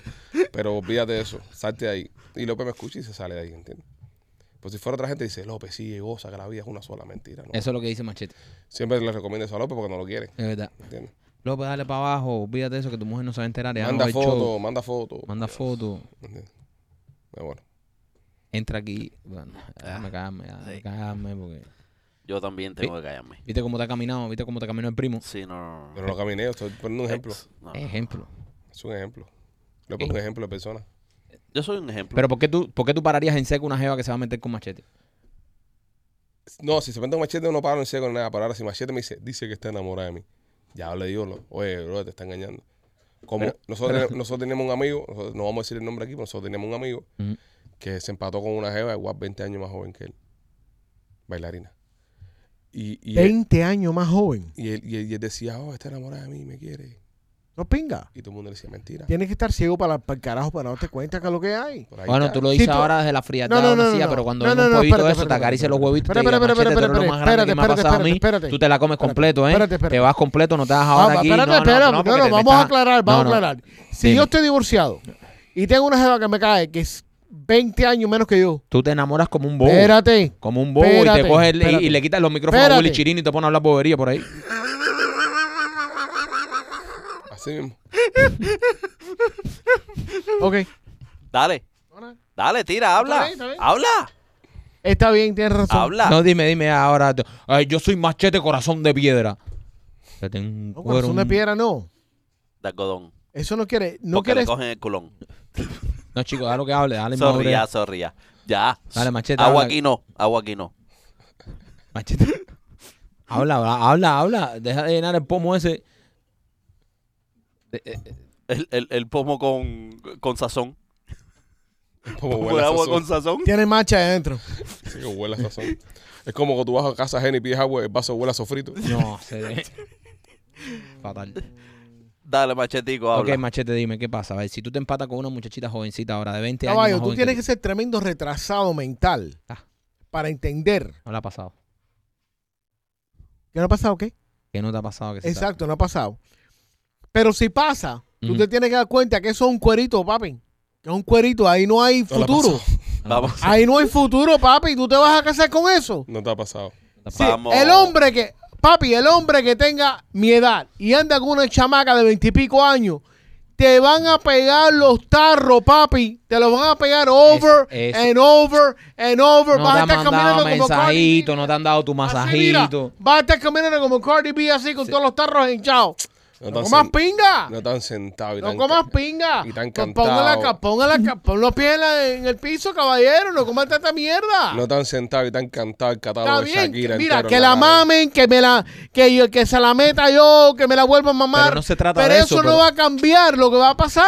[SPEAKER 1] Pero olvídate de eso. Salte de ahí. Y López me escucha y se sale de ahí, ¿entiendes? Pues si fuera otra gente, dice, López, sí, goza que la vida es una sola mentira. ¿no?
[SPEAKER 2] Eso es lo que dice Machete.
[SPEAKER 1] Siempre le recomiendo eso a López porque no lo quiere.
[SPEAKER 2] De verdad.
[SPEAKER 1] ¿Entiendes?
[SPEAKER 2] López, dale para abajo. Olvídate de eso que tu mujer no se va a enterar. ya no
[SPEAKER 1] Manda
[SPEAKER 2] va a ver show.
[SPEAKER 1] foto, manda foto.
[SPEAKER 2] Manda foto.
[SPEAKER 1] ¿Entiendes? Pero bueno.
[SPEAKER 2] Entra aquí. Bueno, déjame cagarme, déjame cagarme, porque...
[SPEAKER 3] Yo también tengo que callarme.
[SPEAKER 2] ¿Viste cómo te ha caminado? ¿Viste cómo te caminó el primo?
[SPEAKER 3] Sí, no. no,
[SPEAKER 1] Pero no caminé, estoy poniendo un ejemplo.
[SPEAKER 4] Ah.
[SPEAKER 3] no.
[SPEAKER 2] Ejemplo.
[SPEAKER 1] Es un ejemplo. Le pongo un ejemplo de persona.
[SPEAKER 3] Yo soy un ejemplo.
[SPEAKER 2] Pero ¿por qué tú, por qué tú pararías en seco una jeva que se va a meter con machete?
[SPEAKER 1] No, si se mete un machete, no paro en seco ni nada. Pero ahora, si machete me dice, dice que está enamorada de mí. Ya le digo, lo- oye, bro, te está engañando. Como nosotros, tenemos- nosotros teníamos un amigo, nosotros- no vamos a decir el nombre aquí, pero nosotros teníamos un amigo
[SPEAKER 2] Ujú.
[SPEAKER 1] que se empató con una jeva igual 20 años más joven que él. Bailarina. Y, y, él,
[SPEAKER 4] 20 años más joven.
[SPEAKER 1] y, él, y él- y él decía, oh, está enamorada de mí, me quiere.
[SPEAKER 4] No pinga.
[SPEAKER 1] Y todo el mundo le decía, mentira.
[SPEAKER 4] Tienes que estar ciego para, para el carajo para no darte cuenta que es lo que hay.
[SPEAKER 1] Por ahí
[SPEAKER 2] Bueno,
[SPEAKER 1] está.
[SPEAKER 2] tú lo dices
[SPEAKER 4] Sí, tú-
[SPEAKER 2] ahora desde la frialdad
[SPEAKER 4] No, no,
[SPEAKER 2] de una
[SPEAKER 4] no, no,
[SPEAKER 2] silla,
[SPEAKER 4] no.
[SPEAKER 2] pero cuando
[SPEAKER 4] No,
[SPEAKER 2] en
[SPEAKER 4] no,
[SPEAKER 2] un
[SPEAKER 4] no,
[SPEAKER 2] huevito
[SPEAKER 4] espérate,
[SPEAKER 2] eso, te
[SPEAKER 4] espérate,
[SPEAKER 2] acaricia
[SPEAKER 4] espérate,
[SPEAKER 2] los huevitos y te
[SPEAKER 4] espérate,
[SPEAKER 2] diga,
[SPEAKER 4] espérate,
[SPEAKER 2] machete, tú eres lo más
[SPEAKER 4] espérate,
[SPEAKER 2] grande que me ha
[SPEAKER 4] espérate,
[SPEAKER 2] pasado a mí.
[SPEAKER 4] espérate,
[SPEAKER 2] Tú te la comes
[SPEAKER 4] espérate,
[SPEAKER 2] completo, ¿eh?
[SPEAKER 4] espérate, espérate.
[SPEAKER 2] Te vas completo, no te vas ahora
[SPEAKER 4] Ah,
[SPEAKER 2] aquí.
[SPEAKER 4] espérate,
[SPEAKER 2] no, no,
[SPEAKER 4] espérate.
[SPEAKER 2] no,
[SPEAKER 4] No,
[SPEAKER 2] porque
[SPEAKER 4] no,
[SPEAKER 2] te- te
[SPEAKER 4] vamos a
[SPEAKER 2] estás-
[SPEAKER 4] aclarar, vamos
[SPEAKER 2] no, no.
[SPEAKER 4] a aclarar. Si
[SPEAKER 2] Dime.
[SPEAKER 4] yo estoy divorciado y tengo una jeva que me cae, que es 20 años menos que yo,
[SPEAKER 2] Tú te enamoras como un bobo.
[SPEAKER 4] espérate.
[SPEAKER 2] Como un bobo y te
[SPEAKER 4] Espérate,
[SPEAKER 2] coges el- y- y,
[SPEAKER 4] espérate.
[SPEAKER 2] le quitas los micrófonos a
[SPEAKER 4] Espérate.
[SPEAKER 2] Willy Chirino y te pones a hablar bobería por ahí.
[SPEAKER 1] Así mismo.
[SPEAKER 4] Ok,
[SPEAKER 3] Dale. Dale, tira, habla.
[SPEAKER 4] bien, está bien.
[SPEAKER 3] Habla.
[SPEAKER 4] está bien, tienes razón.
[SPEAKER 3] Habla.
[SPEAKER 2] No, dime, dime ahora. tú, Ay, yo soy machete corazón de piedra. Te tengo un
[SPEAKER 4] No,
[SPEAKER 2] cuero,
[SPEAKER 4] corazón de
[SPEAKER 2] un-
[SPEAKER 4] piedra no.
[SPEAKER 3] De algodón.
[SPEAKER 4] Eso no quiere, no
[SPEAKER 3] porque
[SPEAKER 4] quieres.
[SPEAKER 3] le cogen el culón.
[SPEAKER 2] No, chicos, dale lo que hable, dale
[SPEAKER 3] Sorry,
[SPEAKER 2] madurez.
[SPEAKER 3] ya, sorry, ya. Ya.
[SPEAKER 2] Dale, machete,
[SPEAKER 3] Agua
[SPEAKER 2] habla.
[SPEAKER 3] aquí no, agua aquí no.
[SPEAKER 2] Machete. habla, habla, habla, habla. Deja de llenar el pomo ese. Eh, eh,
[SPEAKER 3] El, el, el pomo con, con sazón.
[SPEAKER 1] Como
[SPEAKER 3] Pomo
[SPEAKER 1] Oh, huele
[SPEAKER 3] de
[SPEAKER 1] a
[SPEAKER 3] agua
[SPEAKER 1] sazón.
[SPEAKER 3] con sazón.
[SPEAKER 4] Tiene macha adentro.
[SPEAKER 1] Sí, como huele a sazón. Es como cuando tú vas a casa ajena y pides agua, el vaso huele a sofrito.
[SPEAKER 2] No, se ve. Fatal.
[SPEAKER 3] Dale, machetico, habla.
[SPEAKER 2] Ok, machete, dime, ¿qué pasa? A ver, si tú te empatas con una muchachita jovencita ahora de 20 años.
[SPEAKER 4] Caballo,
[SPEAKER 2] más
[SPEAKER 4] tú
[SPEAKER 2] joven
[SPEAKER 4] tienes
[SPEAKER 2] tú,
[SPEAKER 4] que ser tremendo retrasado mental
[SPEAKER 2] Ah.
[SPEAKER 4] para entender.
[SPEAKER 2] No le ha pasado.
[SPEAKER 4] ¿Qué no ha pasado? ¿Qué?
[SPEAKER 2] ¿Qué no te ha pasado? Que se está-
[SPEAKER 4] Exacto, no ha pasado. Pero si pasa, tú
[SPEAKER 2] Ujú.
[SPEAKER 4] te tienes que dar cuenta que eso es un cuerito, papi. Que es un cuerito, ahí no hay
[SPEAKER 1] No le ha
[SPEAKER 4] futuro.
[SPEAKER 1] pasado.
[SPEAKER 2] No le ha
[SPEAKER 3] Vamos.
[SPEAKER 2] pasado,
[SPEAKER 4] Ahí no hay futuro, papi. ¿Tú te vas a casar con eso?
[SPEAKER 1] No te ha pasado.
[SPEAKER 2] no te ha
[SPEAKER 4] Sí,
[SPEAKER 2] pasado.
[SPEAKER 3] Vamos.
[SPEAKER 4] el hombre que, papi, el hombre que tenga mi edad y anda con una chamaca de veintipico años, te van a pegar los tarros, papi. Te los van a pegar over
[SPEAKER 2] Es- es-
[SPEAKER 4] and over and over.
[SPEAKER 2] No
[SPEAKER 4] vas
[SPEAKER 2] te
[SPEAKER 4] a
[SPEAKER 2] han
[SPEAKER 4] estar
[SPEAKER 2] mandado
[SPEAKER 4] caminando como Cardi
[SPEAKER 2] mensajito,
[SPEAKER 4] B.
[SPEAKER 2] no te han dado tu
[SPEAKER 4] Así, mira,
[SPEAKER 2] masajito.
[SPEAKER 4] vas a estar caminando como Cardi B así con todos los tarros hinchados.
[SPEAKER 1] No,
[SPEAKER 4] No,
[SPEAKER 1] te han
[SPEAKER 4] comas
[SPEAKER 1] sen-
[SPEAKER 4] pinga.
[SPEAKER 1] No te han sentado y
[SPEAKER 4] Ah. No
[SPEAKER 1] tan-
[SPEAKER 4] comas pinga.
[SPEAKER 1] y tan
[SPEAKER 4] Pues póngala
[SPEAKER 1] cantado.
[SPEAKER 4] acá, póngala acá, pon los pies en, la- en el piso, caballero. No comas tanta mierda.
[SPEAKER 1] No te han sentado y te han cantado el
[SPEAKER 4] Está
[SPEAKER 1] catálogo de
[SPEAKER 4] bien.
[SPEAKER 1] Shakira.
[SPEAKER 4] mira,
[SPEAKER 1] entero
[SPEAKER 4] que
[SPEAKER 1] en
[SPEAKER 4] la
[SPEAKER 1] cara.
[SPEAKER 4] mamen, que me la, que yo, que se la meta yo, que me la vuelva a mamar.
[SPEAKER 2] Pero no se trata
[SPEAKER 4] Pero
[SPEAKER 2] de
[SPEAKER 4] eso,
[SPEAKER 2] eso,
[SPEAKER 4] no
[SPEAKER 2] pero-
[SPEAKER 4] va a cambiar lo que va a pasar.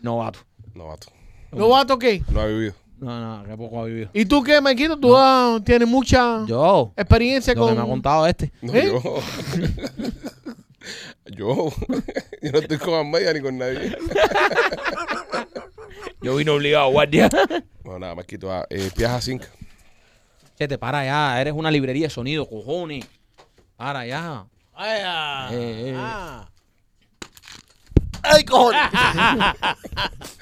[SPEAKER 2] Novato.
[SPEAKER 1] No, vato.
[SPEAKER 4] No va a tocar.
[SPEAKER 1] No ha vivido.
[SPEAKER 2] No, no, que poco ha vivido.
[SPEAKER 4] ¿Y tú qué, Maquito? Tú ah, tienes mucha
[SPEAKER 2] Yo,
[SPEAKER 4] experiencia
[SPEAKER 2] lo
[SPEAKER 4] con.
[SPEAKER 2] que me ha contado este.
[SPEAKER 1] No,
[SPEAKER 4] ¿Eh?
[SPEAKER 1] yo. yo. yo no estoy con Amelia ni con nadie.
[SPEAKER 2] Yo vine obligado, guardia.
[SPEAKER 1] Bueno, nada, más quito a eh, Piaja 5.
[SPEAKER 2] Chete, para ya, eres una librería de sonido, cojones. Para ya.
[SPEAKER 4] Ay, ah,
[SPEAKER 2] Eh, eh.
[SPEAKER 4] ah.
[SPEAKER 3] ¡Ay, cojones!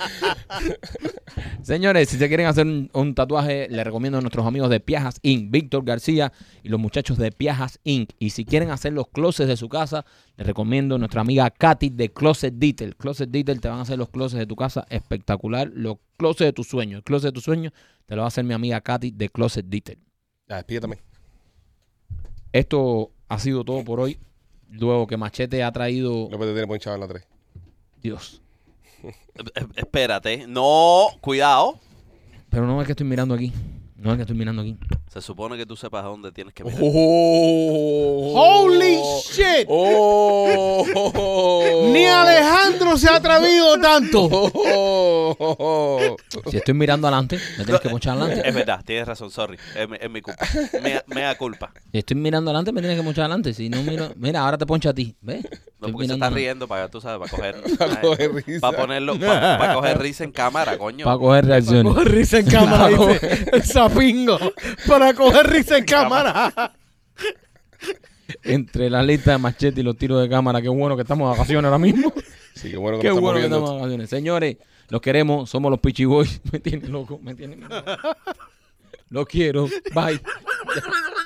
[SPEAKER 2] Señores, si se quieren hacer un, un tatuaje, les recomiendo a nuestros amigos de Piajas Inc., Víctor García y los muchachos de Piajas Inc. Y si quieren hacer los closets de su casa, les recomiendo a nuestra amiga Katy de Closet Detail. Closet Detail te van a hacer los closets de tu casa espectacular, los closets de tus sueños. El closet de tus sueños te lo va a hacer mi amiga Katy de Closet Detail.
[SPEAKER 1] Ya, despídete también.
[SPEAKER 2] Esto ha sido todo por hoy. Luego que Machete ha traído...
[SPEAKER 1] López te tiene ponchado en la 3.
[SPEAKER 2] Dios.
[SPEAKER 3] Eh, Espérate. No, cuidado.
[SPEAKER 2] Pero no es que estoy mirando aquí. No es que estoy mirando aquí.
[SPEAKER 3] Se supone que tú sepas dónde tienes que mirar.
[SPEAKER 1] ¡Oh!
[SPEAKER 4] Holy shit.
[SPEAKER 1] ¡Oh!
[SPEAKER 2] oh.
[SPEAKER 4] Ni Alejandro se ha atrevido tanto.
[SPEAKER 1] ¡Oh!
[SPEAKER 2] Si estoy mirando adelante, me tienes que ponchar adelante.
[SPEAKER 3] Es verdad, tienes razón, sorry. Es, mi- es mi culpa. Mea, mea culpa.
[SPEAKER 2] Si estoy mirando adelante, me tienes que ponchar adelante. Si no miro, mira, ahora te poncho a ti. ¿Ves?
[SPEAKER 3] No,
[SPEAKER 2] Estoy
[SPEAKER 3] porque
[SPEAKER 2] mirando
[SPEAKER 3] se está
[SPEAKER 2] adelante.
[SPEAKER 3] riendo para, tú sabes, para coger... ¿eh?
[SPEAKER 1] Para coger risa.
[SPEAKER 3] Para ponerlo... Para, coger risa en cámara, coño.
[SPEAKER 2] Para coger reacciones.
[SPEAKER 4] Coge risa en cámara, dice el sapingo. Para coger risa en cámara.
[SPEAKER 2] Entre la lista de machete y los tiros de cámara, qué bueno que estamos de vacaciones ahora mismo.
[SPEAKER 1] Sí, qué bueno que
[SPEAKER 2] Qué
[SPEAKER 1] no estamos
[SPEAKER 2] bueno que
[SPEAKER 1] viendo
[SPEAKER 2] estamos de vacaciones. Señores, los queremos, somos los Pichi Boys. Me tienen loco, me tienen loco. Los quiero. Bye.
[SPEAKER 6] Bye.